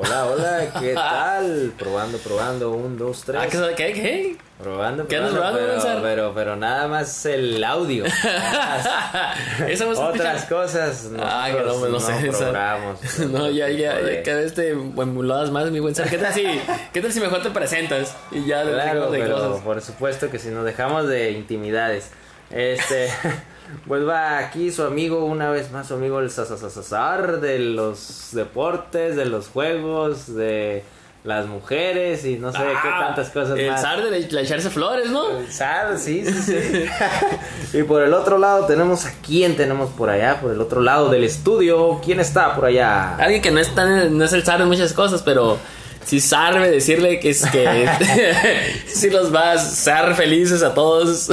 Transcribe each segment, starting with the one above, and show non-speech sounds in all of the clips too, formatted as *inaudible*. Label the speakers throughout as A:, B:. A: Hola, hola, ¿qué tal? Probando, probando, un, dos, tres.
B: Ah, ¿qué, qué, qué? *laughs*
A: Probando,
B: ¿Qué andas
A: probando,
B: probando,
A: pero,
B: Gonzalo?
A: pero, pero nada más el
B: *laughs*
A: audio.
B: Eso vas a
A: Otras
B: escuchar.
A: cosas
B: Ah, que no,
A: nosotros
B: no, no sé. esa-
A: programamos.
B: *laughs*
A: este
B: No, ya, ya,
A: Joder.
B: ya quedaste en buladas más, mi buen Sar. ¿Qué tal si, qué tal si mejor te presentas? Y ya le
A: Claro,
B: decimos de
A: pero
B: cosas.
A: por supuesto que si nos dejamos de intimidades. Este, *laughs* pues va aquí su amigo, una vez más su amigo el sasasasar de los deportes, de los juegos, de las mujeres y no sé qué
B: Ah,
A: tantas cosas
B: El
A: más.
B: zar de la- la echarse flores, ¿no?
A: El zar, sí, sí, *laughs* sí. y por el otro lado tenemos a quién tenemos por allá, por el otro lado del estudio, ¿quién está por allá?
B: Alguien que no es, tan, no es el zar en muchas cosas, pero sí sabe decirle que es
A: *laughs*
B: que *laughs* sí los va a ser felices a todos.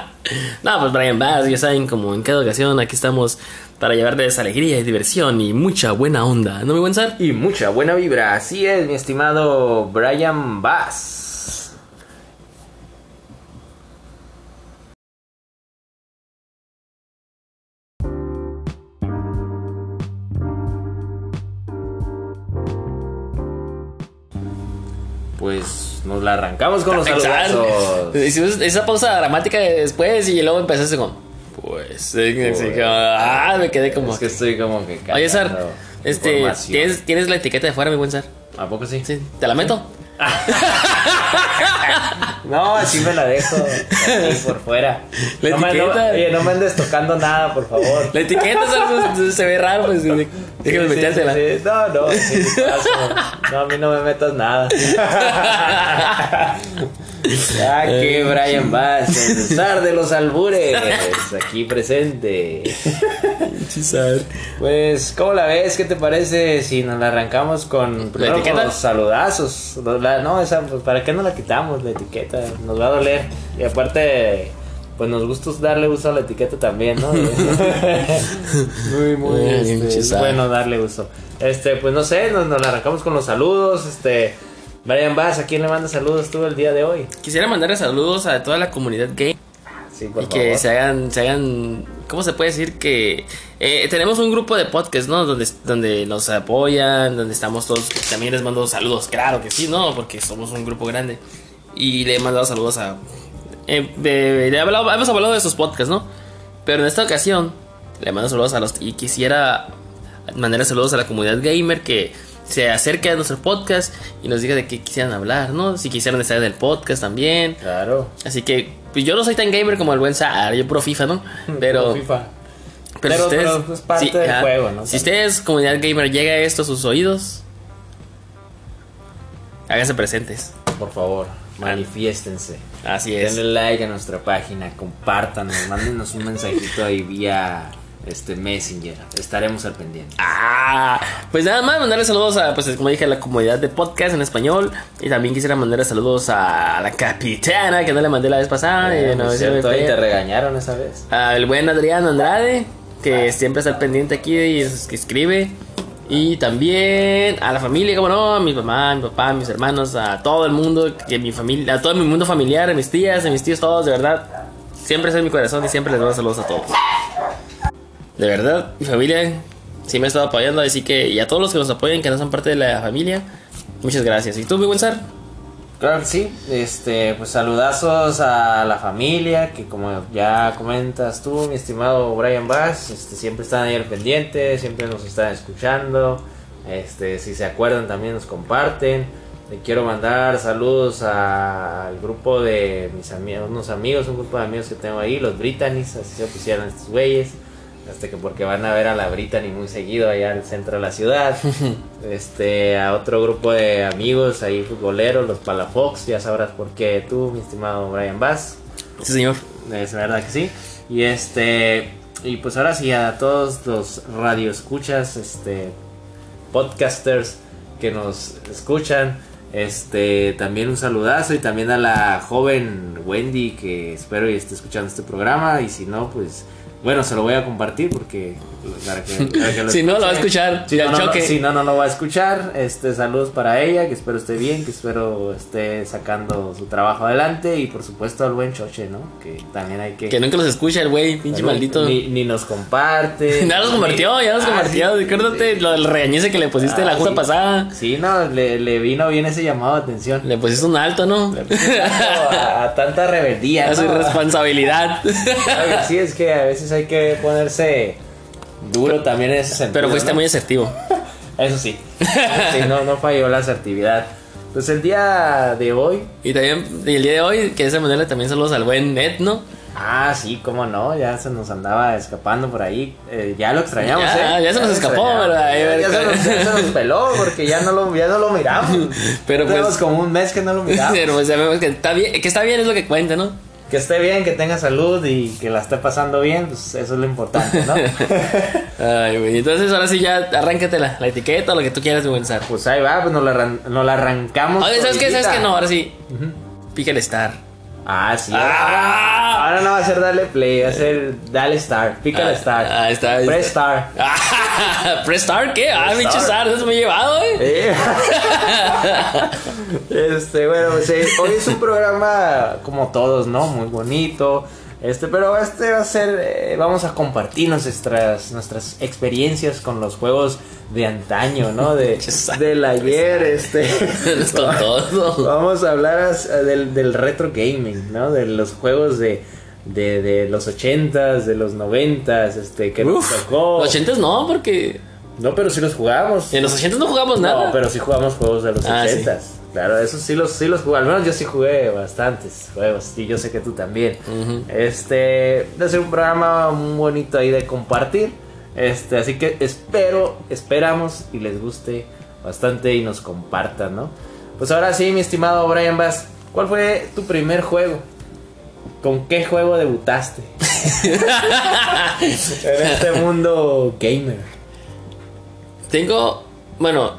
B: *laughs* no, pues Brian Bass, ya saben, como en cada ocasión, aquí estamos para llevarles alegría y diversión y mucha buena onda. ¿No, mi buen zar?
A: Y mucha buena vibra, así es, mi estimado Brian Bass. Pues nos la arrancamos con los
B: Exacto.
A: saludazos.
B: *laughs* Hicimos esa pausa dramática después y luego empezaste con. Pues. sí, sí, como, ah, me quedé como.
A: Es que estoy como que
B: Oye, Sar,
A: cachando
B: este,
A: información.
B: ¿tienes, tienes la etiqueta de fuera, mi buen Sar.
A: ¿A poco sí?
B: Sí, te
A: *laughs*
B: la meto.
A: No, así me la dejo. Así por fuera.
B: La
A: no, me, no-
B: etiqueta.
A: oye, no me andes tocando nada, por favor.
B: La etiqueta Sar, pues, se ve raro, pues. de- *laughs* Déjame
A: Sí, sí,
B: metértela.
A: sí, sí. No, no, sí, paso. No, a mí no me metas
B: *laughs*
A: nada. Ya
B: Eh.
A: que Brian Bass, el zar de los albures, aquí presente.
B: Sí, Sar.
A: Pues, ¿cómo la ves? ¿Qué te parece si nos la arrancamos con, primero con
B: etiqueta?
A: los saludazos? La- no, esa, pues, ¿para qué no la quitamos la etiqueta? Nos va a doler. Y aparte, pues nos gusta darle uso a la etiqueta también,
B: *laughs*
A: ¿no? muy, muy
B: Bien,
A: este,
B: pinche
A: es
B: Sam.
A: bueno darle uso. Este, pues no sé, nos, nos la arrancamos con los saludos. Este, Brian Bass, ¿a quién le manda saludos tú el día de hoy?
B: Quisiera mandarle saludos a toda la comunidad gay.
A: Sí, por
B: y que
A: favor.
B: se hagan, se hagan, ¿cómo se puede decir? Que eh, tenemos un grupo de podcast, ¿no? Donde, donde nos apoyan, donde estamos todos, también les mando saludos, claro que sí, ¿no? Porque somos un grupo grande. Y le he mandado saludos a... eh, de- de- hablado- hemos hablado de sus podcasts, ¿no? Pero en esta ocasión le mando saludos a los... Y quisiera mandarle saludos a la comunidad gamer que se acerque a nuestro podcast y nos diga de qué quisieran hablar, ¿no? Si quisieran estar en el podcast también.
A: Claro.
B: Así que pues yo no soy tan gamer como el buen Sahar, yo pro
A: *laughs*
B: FIFA, ¿no? Pero,
A: Puro FIFA.
B: pero si
A: Pero-
B: ustedes,
A: pero es parte del
B: ajá.
A: juego, ¿no?
B: Si ustedes, comunidad gamer, llega esto a sus oídos, háganse presentes.
A: Por favor,
B: Ah.
A: manifiéstense.
B: Así es.
A: Denle like a nuestra página, compártanos, mándenos un mensajito ahí vía este Messenger. Estaremos al pendiente.
B: Ah, pues nada más mandarle saludos a, pues como dije, a la comunidad de podcast en español. Y también quisiera mandarle saludos a la capitana que no le mandé la vez pasada. y
A: Eh,
B: Ah, no,
A: por
B: sí me
A: cierto, ahí
B: fue.
A: te regañaron esa vez.
B: al buen Adrián Andrade,
A: Ah.
B: que siempre está al pendiente aquí y es que escribe. Y también a la familia, como no, a mi mamá, a mi papá, a mis hermanos, a todo el mundo, que mi familia, a todo mi mundo familiar, a mis tías, a mis tíos, todos, de verdad. Siempre es en mi corazón y siempre les mando saludos a todos. De verdad, mi familia sí me ha estado apoyando, así que, y a todos los que nos apoyan, que no son parte de la familia, muchas gracias. ¿Y tú, mi buen Sar?
A: Claro que sí, este, pues saludazos a la familia, que como ya comentas tú, mi estimado Brian Bass, este, siempre están ahí al pendiente, siempre nos están escuchando, este, si se acuerdan también nos comparten. Le quiero mandar saludos a- al grupo de mis amigos, unos amigos, un grupo de amigos que tengo ahí, los Britannies, así se pusieron estos güeyes. Hasta Este, que porque van a ver a la Brittany muy seguido allá al centro de la ciudad. este, a otro grupo de amigos ahí futboleros, los Palafox, ya sabrás por qué tú, mi estimado Brian Bass.
B: Sí, señor.
A: Es verdad que sí. Y este, y pues ahora sí a todos los radioescuchas, este, podcasters que nos escuchan, Este, también un saludazo y también a la joven Wendy que espero y esté escuchando este programa y si no, pues bueno, se lo voy a compartir porque para que- para que lo
B: *laughs* Si no, lo va a
A: escuche.
B: escuchar.
A: Si
B: Ya
A: no, no, no,
B: choque.
A: si no, no lo va a escuchar. Este, saludos para ella, que espero esté bien, que espero esté sacando su trabajo adelante y por supuesto al buen Choche, ¿no? Que también hay que
B: Que nunca los escucha el güey, pinche
A: Salud.
B: maldito.
A: Ni, ni nos comparte.
B: *laughs* Ya los convirtió, ya los
A: Ah,
B: convirtió.
A: sí,
B: Recuérdate
A: sí.
B: lo del regañice que le pusiste
A: Ah,
B: la junta
A: sí.
B: pasada.
A: Sí, no, le, le vino bien ese llamado de atención.
B: Le pusiste un alto, ¿no? *laughs*
A: a, a tanta rebeldía.
B: A su
A: ¿no? *laughs*
B: responsabilidad.
A: Ay, Sí, es que a veces hay que ponerse duro también en ese sentido.
B: Pero fuiste
A: ¿no?
B: muy asertivo.
A: Eso sí. *laughs* Eso sí, no, no falló la asertividad. Pues el día de hoy.
B: Y también, y el día de hoy, que de esa manera también saludos al buen Ned, ¿no?
A: Ah, sí, cómo no, ya se nos andaba escapando por ahí. Eh, ya lo extrañamos,
B: Ya,
A: ¿eh?
B: ya se nos
A: lo
B: escapó,
A: extrañamos.
B: ¿verdad? Ahí,
A: Ya,
B: ver,
A: ya se
B: cuál-
A: nos, ya se nos peló porque ya no lo, ya no lo miramos.
B: *laughs* Pero
A: Tenemos
B: pues-
A: como un mes que no lo miramos.
B: *laughs* Pero pues sabemos que está bien, que está bien es lo que cuenta, ¿no?
A: Que esté bien, que tenga salud y que la esté pasando bien, pues eso es lo importante,
B: *laughs*
A: ¿no?
B: Ay, güey. Entonces ahora sí ya arráncatela, la etiqueta, lo que tú quieras comenzar.
A: pues ahí va, pues nos la, arran- nos la arrancamos.
B: Oye, ¿sabes qué? ¿Sabes
A: toditita.
B: qué? No, ahora sí. Pica el star.
A: Ah, sí.
B: Ah.
A: Ahora, ahora no va a ser darle play, va a ser dale star, pica
B: Ah,
A: la star.
B: ah, está, ahí
A: Press
B: está.
A: star.
B: *laughs* Ah, ¿Prestar qué? Ah,
A: Prestar.
B: pinche Star, eso me he llevado, *laughs* eh.
A: Eh. *laughs* este, bueno, pues, eh, hoy es un programa como todos, ¿no? Muy bonito. Este, pero este va a ser, eh, vamos a compartir nuestras, nuestras experiencias con los juegos de antaño, ¿no?
B: *laughs*
A: De, del ayer, este.
B: Los tontos.
A: Vamos a hablar as- eh, del, del retro gaming, ¿no? De los juegos de, de, de los 80s, de los 90s, este, que nos
B: Uf,
A: tocó.
B: Los 80 no, porque
A: No, pero sí los jugamos.
B: en los 80 no jugamos nada.
A: No, pero sí jugamos juegos de los
B: Ah,
A: 80s. Claro, eso sí los, sí los jugué. Al menos yo sí jugué bastantes juegos. Y yo sé que tú también. Este. Va a ser un programa muy bonito ahí de compartir. Este, así que espero, esperamos y les guste bastante y nos compartan, ¿no? Pues ahora sí, mi estimado Brian Bass, ¿cuál fue tu primer juego? ¿Con qué juego
B: *laughs*
A: debutaste? en este mundo gamer.
B: Tengo, bueno,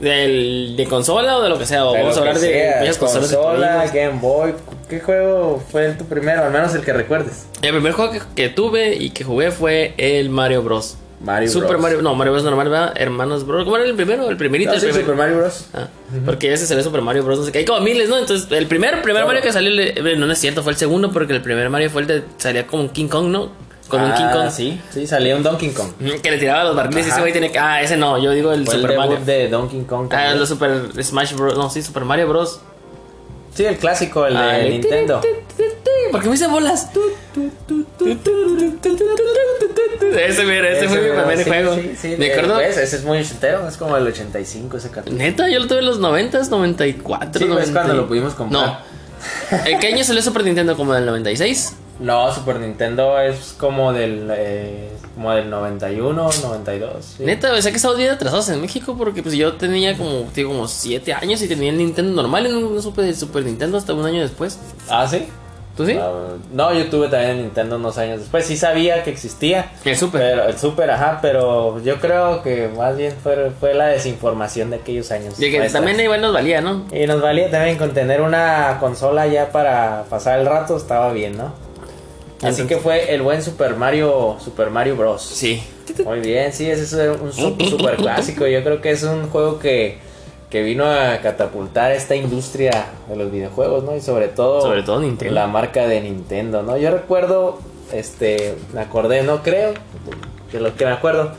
B: del, de consola o de lo que sea, o
A: Pero
B: vamos a
A: que
B: hablar de
A: sea,
B: muchas consolas. que
A: consola,
B: tuvimos.
A: Game Boy. ¿Qué juego fue tu primero? Al menos el que recuerdes.
B: El primer juego que, que tuve y que jugué fue el Mario Bros.
A: Mario
B: Super
A: Bros.
B: Mario, no, Mario Bros normal, ¿verdad? Hermanos Bros. ¿Cómo era el primero? El primerito,
A: No,
B: el
A: sí,
B: primer-
A: Super Mario Bros.
B: Ah, Porque ese salió Super Mario Bros. No sé qué. Hay como miles, ¿no? Entonces, el primer, primer
A: Claro.
B: Mario que salió, le- bueno, no es cierto, fue el segundo, porque el primer Mario fue el de. Salía como un King Kong, ¿no? Con un
A: Ah,
B: King Kong.
A: Sí, sí, salía un Donkey Kong.
B: Mm, Que le tiraba los barriles y ese
A: Ajá.
B: güey tiene que. Ah, ese no, yo digo el
A: Fue
B: Super
A: el debut
B: Mario.
A: de Donkey Kong.
B: Ah,
A: también.
B: los Super Smash Bros. No, sí, Super Mario Bros.
A: Sí, el clásico, el de
B: Ah, el-
A: Nintendo.
B: ¿Por qué me hice bolas? Ese, mira, ese fue mi
A: pero
B: primer
A: sí,
B: juego.
A: Sí, sí,
B: ¿Me
A: eh,
B: acuerdo?
A: pues, ese es muy ochentero, es como el 85 ese cartucho.
B: Neta, yo lo tuve en los 90, 94.
A: Sí, pues,
B: 90.
A: cuando lo pudimos comprar.
B: No. ¿En qué año salió Super Nintendo? ¿Como en el 96?
A: No, Super Nintendo es como del eh, como del 91, 92. sí.
B: Neta, o sea que estaba bien atrasados en México porque pues yo tenía como, digo, como 7 años y tenía el Nintendo normal y no, no supe de Super Nintendo hasta un año después.
A: Ah, sí.
B: ¿Tú sí?
A: Ah, No, yo tuve también el Nintendo unos años después. Sí sabía que existía.
B: El Super.
A: Pero, el Super, ajá, pero yo creo que más bien fue, fue la desinformación de aquellos años.
B: Y que
A: Pues, maestras.
B: también igual nos valía, ¿no?
A: Y nos valía también con tener una consola ya para pasar el rato, estaba bien, ¿no? Así
B: Entonces-
A: que fue el buen Super Mario, Super Mario Bros.
B: Sí.
A: Muy bien, sí, ese es un super clásico. Yo creo que es un juego que, que vino a catapultar esta industria de los videojuegos, ¿no? Y sobre todo,
B: Sobre todo Nintendo.
A: la marca de Nintendo, ¿no? Yo recuerdo, este, me acordé, no creo, de lo que me acuerdo.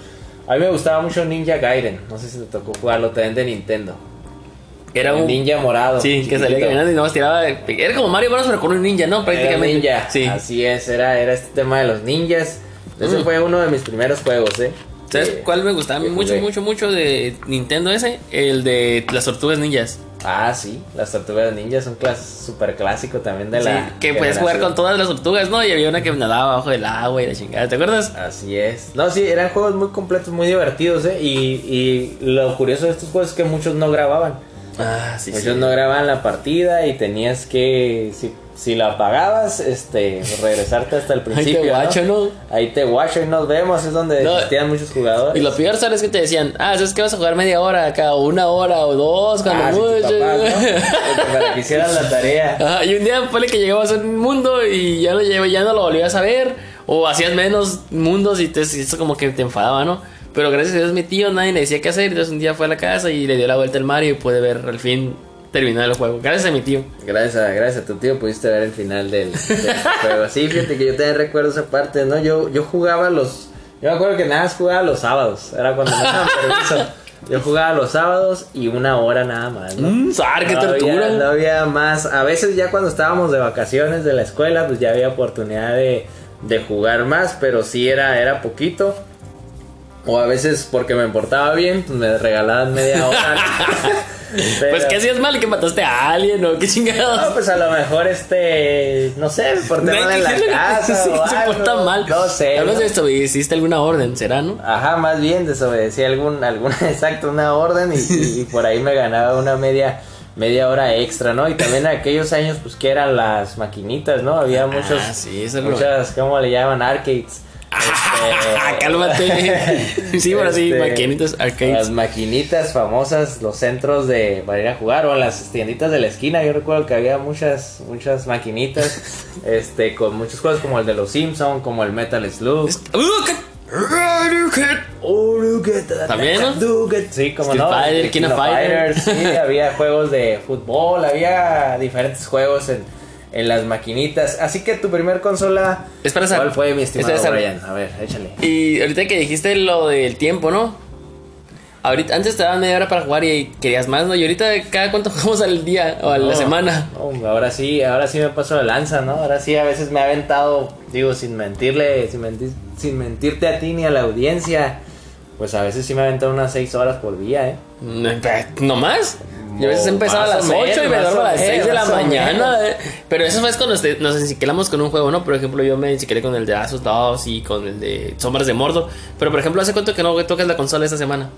A: A mí me gustaba mucho Ninja Gaiden, no sé si te tocó jugarlo también de Nintendo.
B: Era
A: El
B: un...
A: ninja morado.
B: Uh, Sí, que salía
A: chiquito.
B: caminando y nomás tiraba... de- Era como Mario Bros pero con un ninja, ¿no?
A: Era un
B: Prácticamente.
A: ninja. Ah,
B: Sí.
A: Así es, era, era este tema de los ninjas. Ese
B: Mm.
A: fue uno de mis primeros juegos, ¿eh?
B: ¿Sabes
A: Eh,
B: cuál me gustaba a mí
A: que
B: mucho,
A: jugué.
B: mucho, mucho de Nintendo ese? El de las tortugas ninjas.
A: Ah, sí, las tortugas ninjas son clas super clásico también de
B: Sí,
A: la.
B: que podías jugar
A: generación.
B: con todas las tortugas, ¿no? Y había una que nadaba abajo del agua y la chingada, ¿te acuerdas?
A: Así es. No, sí, eran juegos muy completos, muy divertidos, ¿eh? Y, y lo curioso de estos juegos es que muchos Pues no grababan.
B: Ah, sí,
A: muchos no grababan la partida y tenías que. Si, Si la apagabas, este, regresarte hasta el
B: *laughs* Ahí
A: principio.
B: te guacho,
A: ¿no?
B: ¿no?
A: Ahí te guacho y nos vemos, es donde
B: No.
A: existían muchos jugadores.
B: Y lo peor, ¿sabes? Que te decían, ah, ¿sabes que vas a jugar media hora acá? O una hora o dos, cuando
A: Ah, si tus
B: mucho.
A: papás,
B: *laughs*
A: ¿no? Porque Para que hicieras la tarea.
B: Ajá, y un día fue que llegabas a un mundo y ya no, lle- ya no lo volvías a ver. O hacías menos mundos y, te, y eso como que te enfadaba, ¿no? Pero gracias a Dios mi tío nadie le decía qué hacer. Entonces un día fue a la casa y le dio la vuelta al Mario y pude ver al fin terminar el juego. Gracias a mi tío.
A: Gracias a, gracias a tu tío pudiste ver el final del,
B: *laughs*
A: del juego. Sí, fíjate que yo también recuerdo esa parte, ¿no? Yo, yo jugaba los... Yo me acuerdo que nada más jugaba los sábados. Era cuando me
B: *laughs*
A: daban permiso. Yo jugaba los sábados y una hora nada más, ¿no?
B: Mm, zar, qué
A: no Había, no
B: tortura.
A: había más. A veces ya cuando estábamos de vacaciones de la escuela, pues ya había oportunidad de, de jugar más, pero sí era, era poquito. O a veces porque me portaba bien, pues me regalaban media
B: *laughs*
A: hora. Pero-
B: Pues que hacías mal que mataste a alguien o qué
A: no, *laughs*
B: chingados.
A: pues a lo mejor este, no sé, me porté mal en la
B: Nadie-
A: casa
B: *laughs* Sí,
A: o
B: se
A: algo,
B: porta mal.
A: No sé.
B: Tal vez
A: ¿no?
B: desobedeciste alguna orden, ¿será, no?
A: Ajá, más bien desobedecí algún, alguna, *laughs* exacto, una orden y,
B: *laughs*
A: y- y por ahí me ganaba una media, media hora extra, ¿no? Y también en aquellos años, pues que eran las maquinitas, ¿no? Había muchos,
B: Ah, sí, eso es lo-
A: muchas, ¿cómo le llaman? Arcades.
B: Ah,
A: Este, *laughs*
B: Cálmate. Sí, bueno, sí,
A: Este,
B: maquinitas,
A: Las
B: arcades.
A: maquinitas famosas, los centros de para ir a jugar o en las tienditas de la esquina. Yo recuerdo que había muchas, muchas
B: *laughs*
A: maquinitas, este, con muchos juegos como el de los Simpson, como el Metal Slug.
B: También, ¿no?
A: Sí, como no.
B: Street Fighter, King of
A: King of
B: Fighters. *laughs*
A: Sí, había juegos de fútbol, había diferentes juegos en, en las maquinitas. Así que tu primer consola.
B: Espera, Sam.
A: ¿Cuál fue mi estimado
B: Espera, Sam.
A: Brian? A ver, échale.
B: Y ahorita que dijiste lo del tiempo, ¿no? Ahorita, antes te daban media hora para jugar y querías más, ¿no? Y ahorita, ¿cada cuánto *laughs* jugamos al día o a la
A: No,
B: semana?
A: no, hombre, ahora sí, ahora sí me paso de lanza, ¿no? Ahora sí a veces me ha aventado, digo, sin mentirle, sin, mentir- sin mentirte a ti ni a la audiencia. Pues a veces sí me ha aventado unas 6 horas por día, ¿eh?
B: No, pe- Mm, ¿No más? Yo a veces
A: No,
B: empezaba a
A: más
B: las
A: o
B: 8 y
A: menos,
B: me
A: más
B: duermo a
A: o
B: las 6 de la
A: menos, más o
B: mañana. eh. Pero eso fue cuando este- nos enciclamos con un juego, ¿no? Por ejemplo, yo me enciclé con el de Asus 2 y con el de Sombras de Mordo. Pero, por ejemplo, ¿hace cuánto que no tocas la consola esta semana?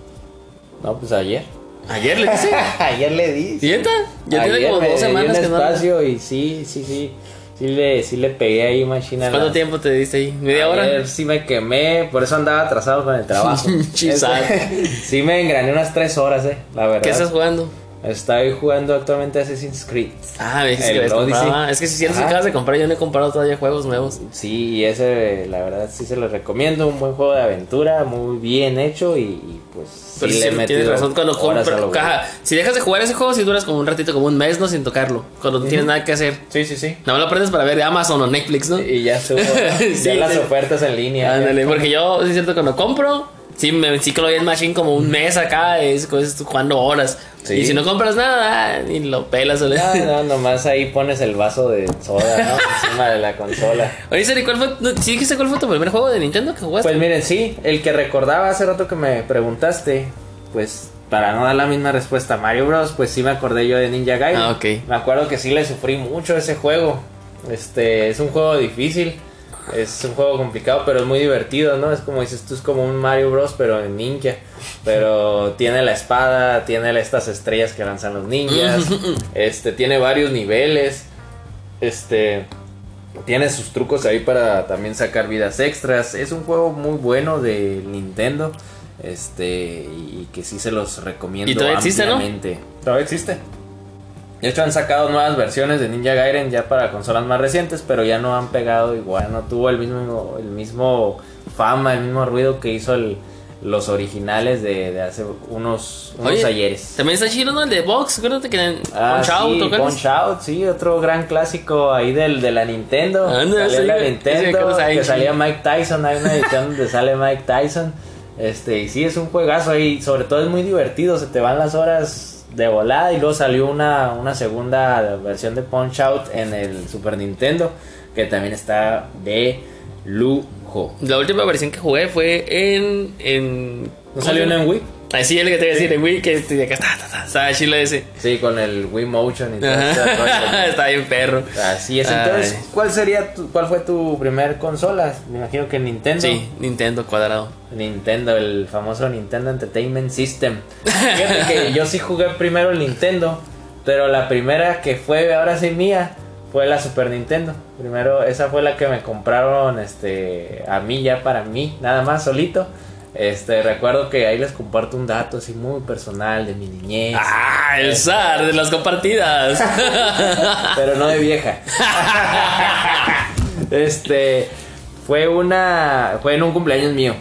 A: No, pues ayer. *laughs*
B: ¿Ayer le dice?
A: ayer le di.
B: ¿Y neta? Ya
A: Ayer
B: tiene como
A: me
B: dos
A: di
B: semanas
A: un
B: que no.
A: espacio y sí, sí, sí. Sí le, sí le pegué ahí machina. a la-
B: ¿Cuánto tiempo te diste ahí? ¿Media hora?
A: Ayer sí me quemé, por eso andaba atrasado con el
B: *laughs*
A: trabajo.
B: Chisal.
A: Eso- *laughs* sí me engrané unas 3 horas, eh, la verdad.
B: ¿Qué estás jugando?
A: Estoy jugando actualmente Assassin's Creed.
B: Ah, me dijiste
A: El
B: que habías
A: Odyssey.
B: comprado. Ah, Es que si cierto
A: Ajá.
B: acabas de comprar, yo no he comprado todavía juegos nuevos.
A: Sí, y ese la verdad sí se lo recomiendo, un buen juego de aventura, muy bien hecho y, y, pues sí
B: Pero
A: le
B: sí,
A: he
B: tienes
A: metido
B: razón cuando
A: horas a
B: compras.
A: lo bueno.
B: caja. Si dejas de jugar ese juego, si duras como un ratito, como un mes, no sin tocarlo. Cuando no tienes nada que hacer.
A: Sí, sí, sí.
B: Nada más lo aprendes para ver Amazon o Netflix, ¿no?
A: Y ya
B: *laughs*
A: estuvo, ¿no?
B: Sí,
A: ya las
B: sí. Ah,
A: ofertas en línea.
B: Ándale, porque yo, sí es cierto, cuando compro, sí me enciclo bien Machine como un mes acá, es, es jugando horas.
A: Sí.
B: Y si no compras nada, ah, ni lo pelas. o le-
A: No, no, nomás ahí pones el vaso de soda, ¿no? Encima de la consola.
B: *laughs* Oye, Sari, ¿cuál fue, no, ¿sí dijiste cuál fue tu primer juego de Nintendo que jugaste?
A: Pues miren, sí, el que recordaba hace rato que me preguntaste, pues para no dar la misma respuesta a Mario Bros, pues sí me acordé yo de Ninja Gaiden.
B: Ah, ok.
A: Me acuerdo que sí le sufrí mucho ese juego. Este, es un juego difícil, es un juego complicado, pero es muy divertido, ¿no? Es como dices tú, es como un Mario Bros, pero en ninja.
B: *laughs*
A: Pero tiene la espada, tiene la- estas estrellas que lanzan los
B: *laughs*
A: ninjas, este, tiene varios niveles, este... Tiene sus trucos ahí para también sacar vidas extras. Es un juego muy bueno de Nintendo. Este, y que sí se los recomiendo.
B: Y todavía existe, ¿no?
A: ampliamente. Todavía existe. De hecho, han sacado nuevas versiones de Ninja Gaiden ya para consolas más recientes, pero ya no han pegado igual. No tuvo el mismo, el mismo fama, el mismo ruido que hizo el- los originales de, de hace unos, unos
B: Oye,
A: ayeres.
B: También está chido, ¿no? El de Box, acuérdate que en
A: Ah,
B: Punch Out,
A: sí,
B: ¿te acuerdas?
A: Punch Out, sí, otro gran clásico ahí del de la Nintendo.
B: Ándale,
A: Salió
B: sí,
A: la
B: güey. Sí, me acuerdo
A: Nintendo,
B: esa
A: que
B: ahí,
A: salía
B: sí.
A: Mike Tyson, hay una edición donde sale Mike Tyson. Este, y sí, es un juegazo ahí, sobre todo es muy divertido, se te van las horas de volada y luego salió una, una segunda versión de Punch Out en el Super Nintendo, que también está de lujo.
B: La última versión que jugué fue en. en
A: ¿No salió
B: ¿cómo se
A: en Wii?
B: llama? Ah, sí, el que te iba a decir, en Wii, que de acá está, está, está, estaba chido ese.
A: Sí, con el Wii Motion y todo ese rollo.
B: Ajá, *laughs* está bien perro.
A: Así es, entonces,
B: Ay.
A: ¿cuál sería tu- cuál fue tu primer consola? Me imagino que Nintendo.
B: Sí, Nintendo cuadrado.
A: Nintendo, el famoso Nintendo Entertainment System.
B: *laughs*
A: Fíjate que yo sí jugué primero el Nintendo, pero la primera que fue ahora sí mía fue la Super Nintendo. Primero, esa fue la que me compraron este, a mí, ya para mí, nada más, solito. Este, recuerdo que ahí les comparto un dato así muy personal de mi niñez.
B: Ah, el zar de las compartidas.
A: *laughs* pero no de vieja. este fue una fue en un cumpleaños mío.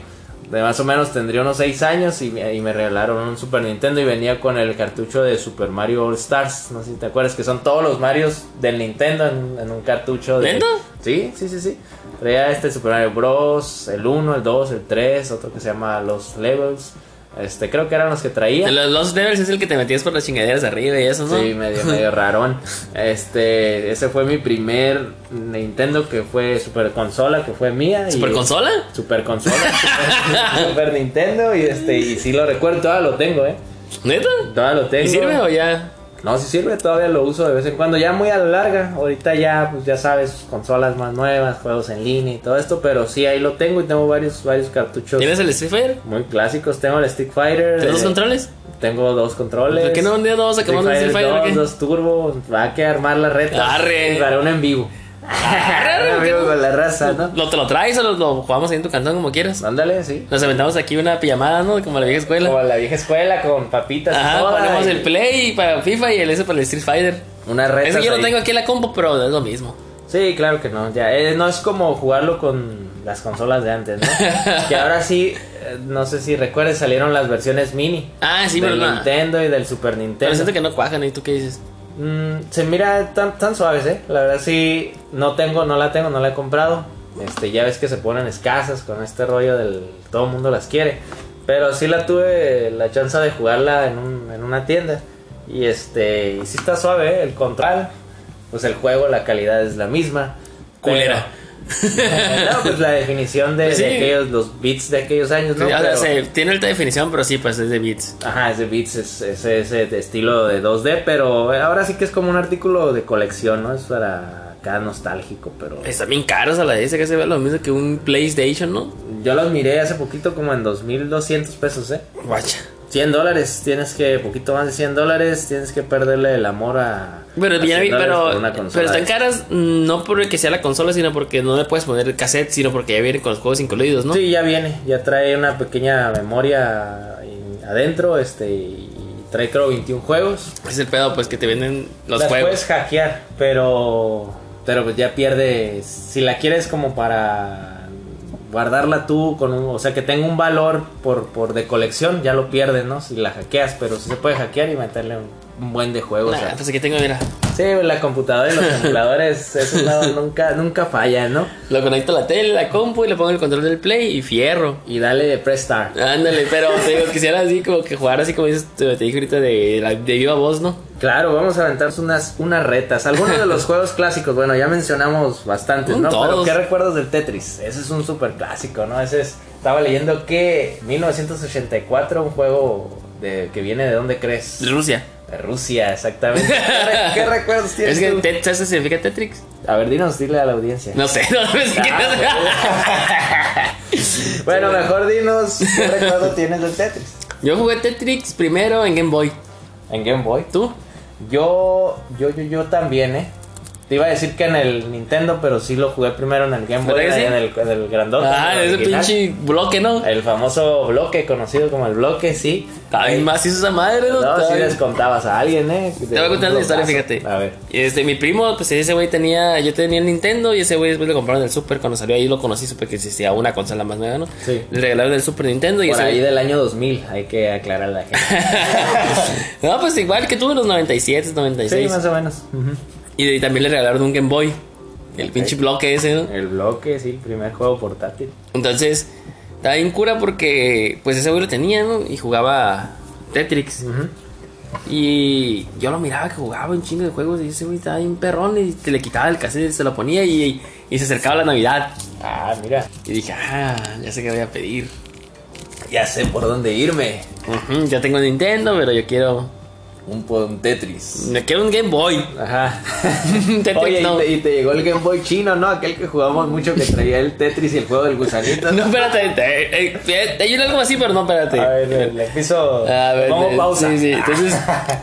A: De más o menos tendría unos 6 años y, me- y me regalaron un Super Nintendo y venía con el cartucho de Super Mario All Stars. No sé si te acuerdas que son todos los Marios del Nintendo en, en un cartucho de.
B: ¿Neta?
A: Sí, sí, sí, sí. Traía este Super Mario Bros. El 1, el 2, el 3, otro que se llama Los Levels. Este, creo que eran los que traía.
B: De los Lost Devils es el que te metías por las chingaderas de arriba y eso, ¿no?
A: Sí, medio,
B: *laughs*
A: medio rarón. Este, ese fue mi primer Nintendo que fue super consola, que fue mía. y-
B: ¿Super consola?
A: Super consola. super, super Nintendo y este, y sí lo recuerdo, todavía lo tengo, eh.
B: ¿Neta?
A: Todavía lo tengo.
B: ¿Y sirve o ya?
A: No, sí sirve, todavía lo uso de vez en cuando, ya muy a la larga. Ahorita ya, pues ya sabes, consolas más nuevas, juegos en línea y todo esto, pero sí, ahí lo tengo y tengo varios, varios cartuchos.
B: ¿Tienes el Street Fighter?
A: Muy clásicos, tengo el Stick Fighter.
B: ¿Tienes los
A: eh,
B: controles?
A: Tengo dos controles.
B: ¿Por qué no un día no vamos a acabar un Street Fighter o qué?
A: Dos, dos turbo, va a armar la reta.
B: Arre.
A: Para un en vivo.
B: Arre,
A: un en vivo con la raza, ¿no?
B: ¿Lo, ¿Te lo traes o lo, lo jugamos ahí en tu cantón como quieras?
A: Ándale, sí.
B: Nos aventamos aquí una pijamada, ¿no? Como la vieja
A: Como
B: escuela.
A: a la vieja escuela con papitas. y
B: Ajá,
A: soda
B: ponemos
A: y
B: el Play para FIFA y el S para el Street Fighter.
A: Una reta.
B: Ese yo lo
A: ahí.
B: tengo aquí en la compu, pero es lo mismo.
A: Sí, claro que no. Ya, eh, no es como jugarlo con las consolas de antes,
B: *laughs*
A: ¿no? que ahora sí, eh, no sé si recuerdes, salieron las versiones mini.
B: Ah, sí, pero
A: del
B: no.
A: Nintendo y del Super
B: Pero
A: Nintendo.
B: siento que no cuajan, ¿y tú qué dices?
A: Mm, se mira tan, tan suaves, ¿eh? La verdad sí, no tengo, no la tengo, no la he comprado. Este, ya ves que se ponen escasas con este rollo del todo el mundo las quiere. Pero sí la tuve la chance de jugarla en, un- en una tienda. Y este, y sí está suave, ¿eh? El control, pues el juego, la calidad es la misma. Pero- *laughs*
B: Culera.
A: no, pues la definición de, de
B: Sí.
A: aquellos, los beats de aquellos años, ¿no?
B: O sea,
A: Pero-
B: se- tiene alta definición, pero sí, pues es de bits.
A: Ajá, ese Beats es ese, ese de estilo de 2D, pero eh, ahora sí que es como un artículo de colección, ¿no? Es para cada nostálgico, pero
B: Está bien caros a la vez, que se ve lo mismo que un PlayStation, ¿no?
A: yo los miré hace poquito como en 2200 pesos, ¿eh?
B: Guacha.
A: 100 dólares, tienes que, poquito más de 100 dólares, tienes que perderle el amor a.
B: Pero,
A: a
B: bien,
A: 100 dólares por
B: pero,
A: una
B: pero
A: consola.
B: están caras mm, no porque sea la consola, sino porque no le puedes poner cassette, sino porque ya vienen con los juegos incluidos, ¿no?
A: Sí, ya viene, ya trae una pequeña memoria en- adentro, este, y trae creo 21 juegos.
B: Es el pedo, pues, que te venden los
A: las
B: juegos.
A: puedes hackear, pero pero pues ya pierdes si la quieres como para guardarla tú con un, o sea que tenga un valor por por de colección, ya lo pierdes, ¿no? Si la hackeas, pero si se puede hackear y meterle un, un buen de juegos.
B: Nah,
A: o sea.
B: pues aquí tengo, mira,
A: Sí, la computadora y los *laughs* emuladores eso no- nunca nunca falla, ¿no?
B: lo conecto a la tele, la compu y le pongo el control del play y fierro.
A: Y dale de prestar.
B: Ándale, pero te digo, quisiera así como que jugar así como dices, te te dije ahorita de, la- de viva voz, ¿no?
A: Claro, vamos a aventarnos unas unas retas. Algunos de
B: *laughs*
A: los juegos clásicos, bueno, ya mencionamos bastantes,
B: Son
A: ¿no? Pero
B: todos.
A: ¿qué recuerdas del Tetris? Ese es un super clásico, ¿no? Ese es, estaba leyendo que 1984, un juego de, que viene de dónde crees?
B: De Rusia.
A: De Rusia, exactamente. ¿Qué,
B: *laughs*
A: re- qué recuerdos tienes?
B: Es que
A: tú?
B: Tet- ¿sabes qué significa Tetrix?
A: A ver, dinos, dile a la audiencia. Ah,
B: No *laughs* sé, no sé qué
A: Bueno, *laughs* mejor dinos qué recuerdo tienes del Tetris.
B: Yo jugué Tetrix primero en Game Boy.
A: En Game Boy.
B: ¿Tú?
A: Yo, yo, yo, yo también, ¿eh? Te iba a decir que en el Nintendo, pero sí lo jugué primero en el Game Boy,
B: ¿Verdad que sí?
A: en el, en el grandote.
B: Ah,
A: en el
B: ese
A: original.
B: pinche bloque, ¿no?
A: El famoso bloque, conocido como el bloque, sí.
B: Está bien
A: Ahí-
B: macizo esa madre, ¿no?
A: No,
B: Está
A: si
B: bien-
A: descontabas a alguien, ¿eh?
B: Te voy a contar la historia, fíjate.
A: A ver.
B: Este, mi primo, pues ese güey tenía, yo tenía el Nintendo y ese güey después le compraron el Super. Cuando salió ahí lo conocí, supe que existía una consola más nueva, ¿no?
A: Sí.
B: Le regalaron el Super Nintendo y
A: Por
B: ese
A: ahí
B: güey-
A: del año 2000, hay que aclarar a la
B: *laughs*
A: gente.
B: No, pues igual que tú en los 97, 96.
A: sí, más o menos. Ujú.
B: Y de- también le regalaron un Game Boy. El
A: Ok.
B: pinche bloque ese, ¿no?
A: El bloque, sí, el primer juego portátil.
B: Entonces, estaba bien cura porque, pues ese güey lo tenía, ¿no? Y jugaba Tetris.
A: Ujú.
B: Y yo lo miraba que jugaba un chingo de juegos y ese güey estaba bien perrón y te le quitaba el cassette y se lo ponía y, y se acercaba la Navidad.
A: Ah, mira.
B: Y dije, ah, ya sé qué voy a pedir.
A: Ya sé por dónde irme.
B: Ujú, ya tengo Nintendo, pero yo quiero...
A: Un, po- un Tetris.
B: Me quiero un Game Boy. *laughs*
A: Ajá.
B: Tetris
A: Oye,
B: no.
A: y, te, y te llegó el Game Boy chino, ¿no? Aquel que jugamos mucho que traía el Tetris y el juego del gusanito.
B: *laughs* No, espérate. Te, eh, eh, te ayuda algo así, pero no, espérate.
A: A ver, le, le piso.
B: A ver,
A: pongo *laughs*
B: eh,
A: pausa.
B: Sí, sí. Entonces,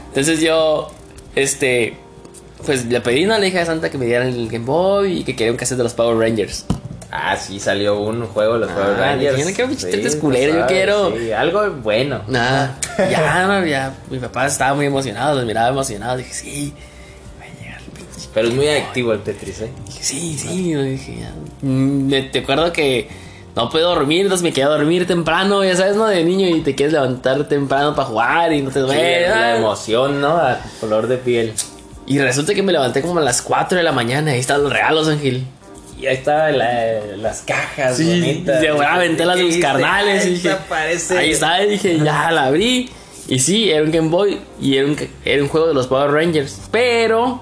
B: entonces yo, este, Pues le pedí una hija de Santa que me dieran el Game Boy y que quería un cassette de los Power Rangers.
A: Ah, sí, salió un juego de los Power
B: Ah,
A: Rangers.
B: dije, "No, qué
A: Sí,
B: pichitas
A: tú
B: culero, yo
A: sabes,
B: quiero".
A: sí, algo bueno.
B: Nada, ya, no, ya. Mi papá estaba muy emocionado, los miraba emocionado. Dije, sí, va a llegar el pinche.
A: Pero es muy adictivo el Tetris, ¿eh?
B: Dije, sí, sí. yo Dije, ya. Mm, me- te acuerdo que no puedo dormir, entonces me quedé a dormir temprano, ya sabes, ¿no? De niño y te quieres levantar temprano para jugar y no te
A: Sí,
B: duele.
A: la
B: ah.
A: emoción, ¿no? A color de piel.
B: y resulta que me levanté como a las 4 de la mañana. Ahí están los regalos, Ángel.
A: Y ahí estaban las cajas
B: Sí,
A: bonitas.
B: de verdad, aventé las de mis
A: Dijiste,
B: carnales.
A: "Ah,
B: y
A: esta
B: dije,
A: parece-
B: Ahí está, y dije, ya la abrí. Y sí, era un Game Boy y era un, era un juego de los Power Rangers. Pero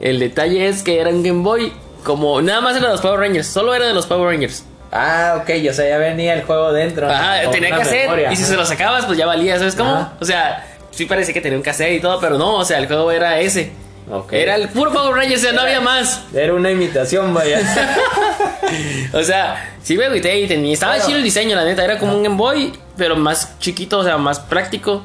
B: el detalle es que era un Game Boy como nada más era de los Power Rangers, solo era de los Power Rangers.
A: Ah, ok, o sea, ya venía el juego dentro.
B: Ajá,
A: con
B: tenía
A: una
B: cassette
A: memoria,
B: y si
A: ajá.
B: se lo sacabas, pues ya valía, ¿sabes cómo?
A: Ajá.
B: O sea, sí parecía que tenía un cassette y todo, pero no, o sea, el juego era ese.
A: Ok.
B: Era el puro Power Rangers, o sea, no había más.
A: Era una imitación,
B: *laughs*
A: vaya.
B: O sea, sí me agüité y tenía. Estaba
A: Claro.
B: chido el diseño, la neta. Era como un Game Boy, pero más chiquito, o sea, más práctico.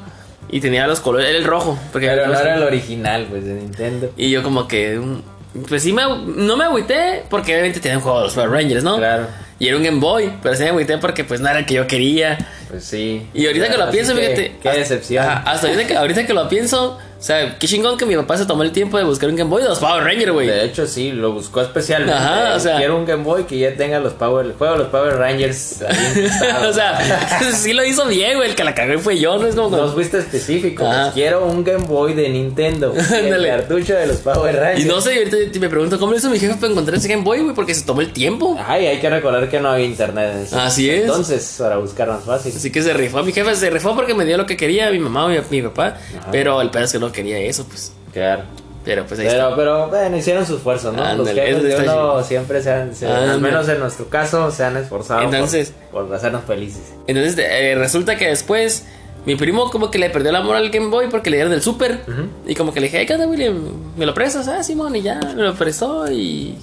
B: Y tenía los colores. Era el rojo. Porque
A: Pero no
B: los-
A: era el original, pues, de Nintendo.
B: Y yo, como que. mm, Pues sí, me, no me agüité porque obviamente tenía un juego de los Power Rangers, ¿no?
A: Claro.
B: Y era un Game Boy, pero sí me agüité porque pues no era el que yo quería.
A: Pues sí.
B: Y ahorita que lo
A: Así
B: pienso, fíjate.
A: Qué
B: hasta-
A: decepción.
B: ajá, hasta ahorita que, ahorita que lo pienso, o sea, qué chingón que mi papá se tomó el tiempo de buscar un Game Boy de los Power Rangers, güey.
A: De hecho, sí, lo buscó especialmente.
B: Ajá, o sea-
A: Quiero un Game Boy que ya tenga los Power, el juego de los Power
B: *laughs*
A: Rangers. ahí incrustado.
B: *laughs* o sea, *laughs* sí lo hizo bien, güey. El que la cagué fue yo, no es como.
A: no fuiste específico.
B: Ajá.
A: pues, quiero un Game Boy de
B: *laughs*
A: Nintendo. el
B: Ándale.
A: cartucho de los Power Rangers.
B: Y no sé, ahorita yo te- me pregunto cómo le hizo mi jefe para encontrar ese Game Boy, güey, porque se tomó el tiempo.
A: Ay, hay que recordar que no había internet. en ese-
B: Así Ah, es.
A: Ah, Entonces, para buscar más fácil.
B: Así que se rifó. Mi jefe se rifó porque me dio lo que quería, mi mamá o mi, mi papá. Pero el pedo es que no quería eso, pues.
A: Claro.
B: Pero pues ahí
A: Pero, pero bueno, hicieron su esfuerzo, ¿no? los
B: Ándale,
A: jefes
B: eso
A: de
B: está
A: uno siempre se han, se- al
B: Ándale.
A: menos en nuestro caso, se han esforzado por-
B: Entonces-
A: por, hacernos felices.
B: está. Entonces eh, resulta que después mi primo como que le perdió el amor al Game Boy porque le dieron el Super. Y como que le dije, ay, ¿qué onda, William? ¿Me lo prestas? Ah, Simón, y ya, me lo prestó y...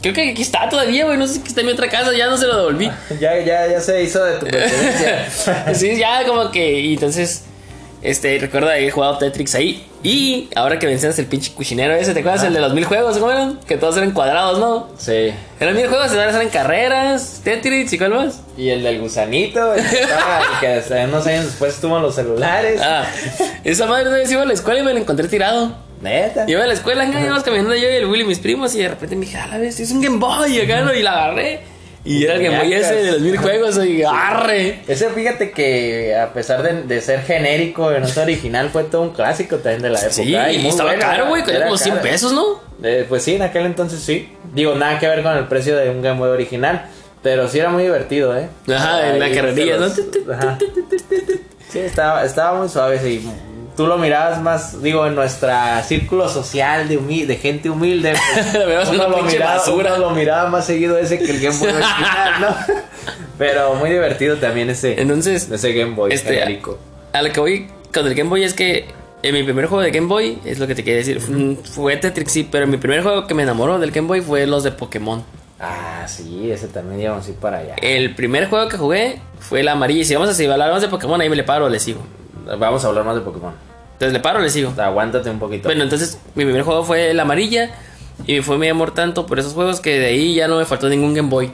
B: Creo que aquí está todavía, güey. No sé si está en mi otra casa, ya no se lo devolví.
A: *laughs* Ya, ya, ya se hizo de tu preferencia.
B: *laughs* sí, ya como que. Y entonces, este, recuerdo haber jugado Tetris ahí. Y ahora que mencionas el pinche cuchinero ese, ¿te acuerdas? El de los mil juegos, ¿cómo eran? Que todos eran cuadrados, ¿no?
A: *laughs* sí.
B: Eran mil juegos, ahora eran carreras, Tetris y cuál más.
A: Y el del gusanito, el que, estaba, el que hasta unos años después tuvo los celulares.
B: Ah, esa madre una vez iba a la escuela y me la encontré tirado.
A: Neta.
B: Iba a la escuela, acá, íbamos caminando yo y el Willy y mis primos, y de repente me dije, a la vez, es un Game Boy, y acá, ¿no? y la agarré. Y era el Game Boy ese de los mil juegos, y arre.
A: Ese, fíjate que a pesar de, de ser genérico, de no ser original, fue todo un clásico también de la época.
B: Sí,
A: Ay,
B: y
A: muy
B: estaba
A: bueno,
B: caro, güey,
A: era
B: era como 100
A: caro.
B: pesos, ¿no?
A: Eh, pues sí, en aquel entonces sí. Digo, nada que ver con el precio de un Game Boy original, pero sí era muy divertido, ¿eh?
B: Ajá, en la
A: Ahí
B: carrerilla,
A: se
B: ¿no?
A: Ajá. Sí, estaba, estaba muy suave, sí. Tú lo mirabas más, digo, en nuestra círculo social de, humi- de gente humilde. pues,
B: *laughs* Lo mirabas una pinche basura.
A: uno lo miraba más seguido ese que el Game
B: *laughs*
A: Boy original, ¿no? Pero muy divertido también ese,
B: Entonces,
A: ese Game Boy
B: este,
A: genérico.
B: A lo que voy con el Game Boy es que en mi primer juego de Game Boy, es lo que te quería decir, mm, fue Tetris, sí, pero mi primer juego que me enamoró del Game Boy fue los de Pokémon.
A: Ah, sí, ese también íbamos a ir para allá.
B: El primer juego que jugué fue el amarillo. Y Si vamos a si hablamos de Pokémon, ahí me le paro o le sigo.
A: Vamos a hablar más de Pokémon.
B: Entonces le paro o le sigo.
A: Aguántate un poquito.
B: Bueno, entonces mi primer juego fue el amarilla y fue mi amor tanto por esos juegos que de ahí ya no me faltó ningún Game Boy.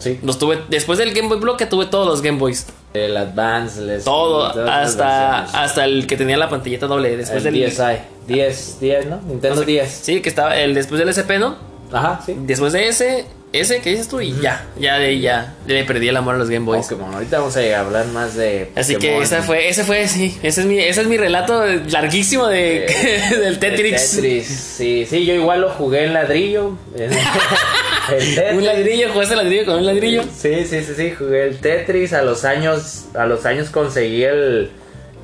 A: sí.
B: Los tuve, después del Game Boy Bloque tuve todos los Game Boys.
A: El Advance, el SP,
B: Todo,
A: todas las
B: hasta,
A: versiones.
B: hasta el que tenía la pantallita doble. Después
A: el
B: del
A: DSi. 10, 10, ¿no? Nintendo 10.
B: Sí, que estaba el después del SP, ¿no?
A: Ajá, sí.
B: Después de ese, ese que dices tú y ya, ya de ahí ya, ya le perdí el amor a los Game Boys.
A: Pokémon. Ahorita vamos a hablar más de.
B: Así que
A: Pokémon.
B: esa fue, ese fue, sí, ese es mi, ese es mi relato larguísimo de,
A: Eh,
B: *laughs* del
A: de
B: Tetris.
A: Tetris. Sí, sí, yo igual lo jugué en ladrillo.
B: *laughs*
A: el Tetris.
B: Un ladrillo, jugaste ladrillo con un ladrillo.
A: Sí, sí, sí, sí, jugué el Tetris a los años, a los años conseguí el,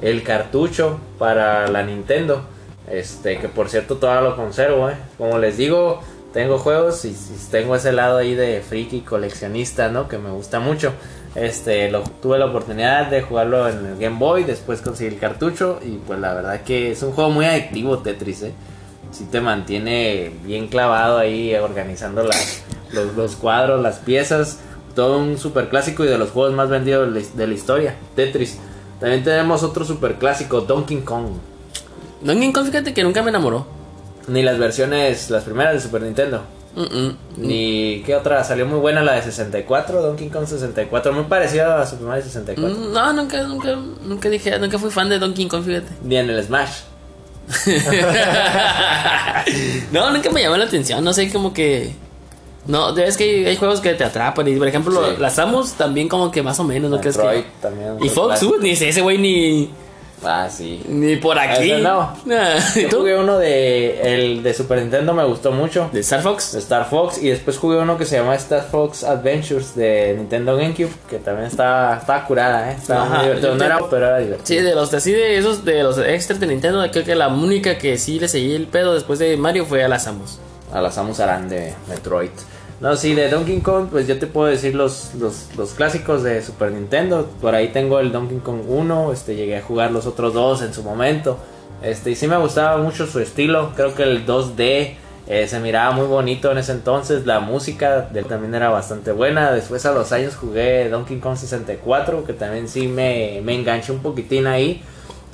A: el cartucho para la Nintendo, este, que por cierto todavía lo conservo, eh. Como les digo, tengo juegos y, y tengo ese lado ahí de friki coleccionista, ¿no? Que me gusta mucho. Este, lo, tuve la oportunidad de jugarlo en el Game Boy, después conseguí el cartucho y pues la verdad que es un juego muy adictivo Tetris, eh sí te mantiene bien clavado ahí organizando las, los, los cuadros, las piezas. Todo un super clásico y de los juegos más vendidos de la- de la historia, Tetris. También tenemos otro super clásico, Donkey Kong.
B: Donkey Kong, fíjate que nunca me enamoró.
A: Ni las versiones, las primeras de Super Nintendo.
B: Mm, mm.
A: Ni qué otra, salió muy buena la de 64, Donkey Kong 64, muy parecida a Super Mario 64.
B: Mm, No, nunca, nunca, nunca dije, nunca fui fan de Donkey Kong,
A: *laughs*
B: fíjate.
A: Ni en el Smash.
B: no, nunca me llamó la atención, no sé, como que... No, es que hay juegos que te atrapan y, por ejemplo,
A: Sí.
B: las Samus también como que más o menos, ¿no crees
A: Metroid
B: que...?
A: también.
B: Y Fox, uh, ni ese güey ni,
A: Ah, sí.
B: ni por aquí.
A: Ese no.
B: Nah, *laughs* ¿y
A: Yo
B: tú?
A: jugué uno de el de Super Nintendo, me gustó mucho.
B: ¿De Star Fox?
A: Star Fox y después jugué uno que se llama Star Fox Adventures de Nintendo GameCube que también estaba, estaba curada, ¿eh? estaba
B: Ajá,
A: muy divertido.
B: yo
A: No era,
B: tengo-
A: pero era divertido.
B: Sí, de los así de esos de los extras de Nintendo, creo que la única que sí le seguí el pedo después de Mario fue a la Samus.
A: A la Samus Aran de Metroid. No, sí, de Donkey Kong, pues yo te puedo decir los, los, los clásicos de Super Nintendo. Por ahí tengo el Donkey Kong 1, este, llegué a jugar los otros dos en su momento. Este, y sí me gustaba mucho su estilo. Creo que el 2D eh, se miraba muy bonito en ese entonces. La música de- también era bastante buena. Después a los años jugué Donkey Kong 64, que también sí me, me enganché un poquitín ahí.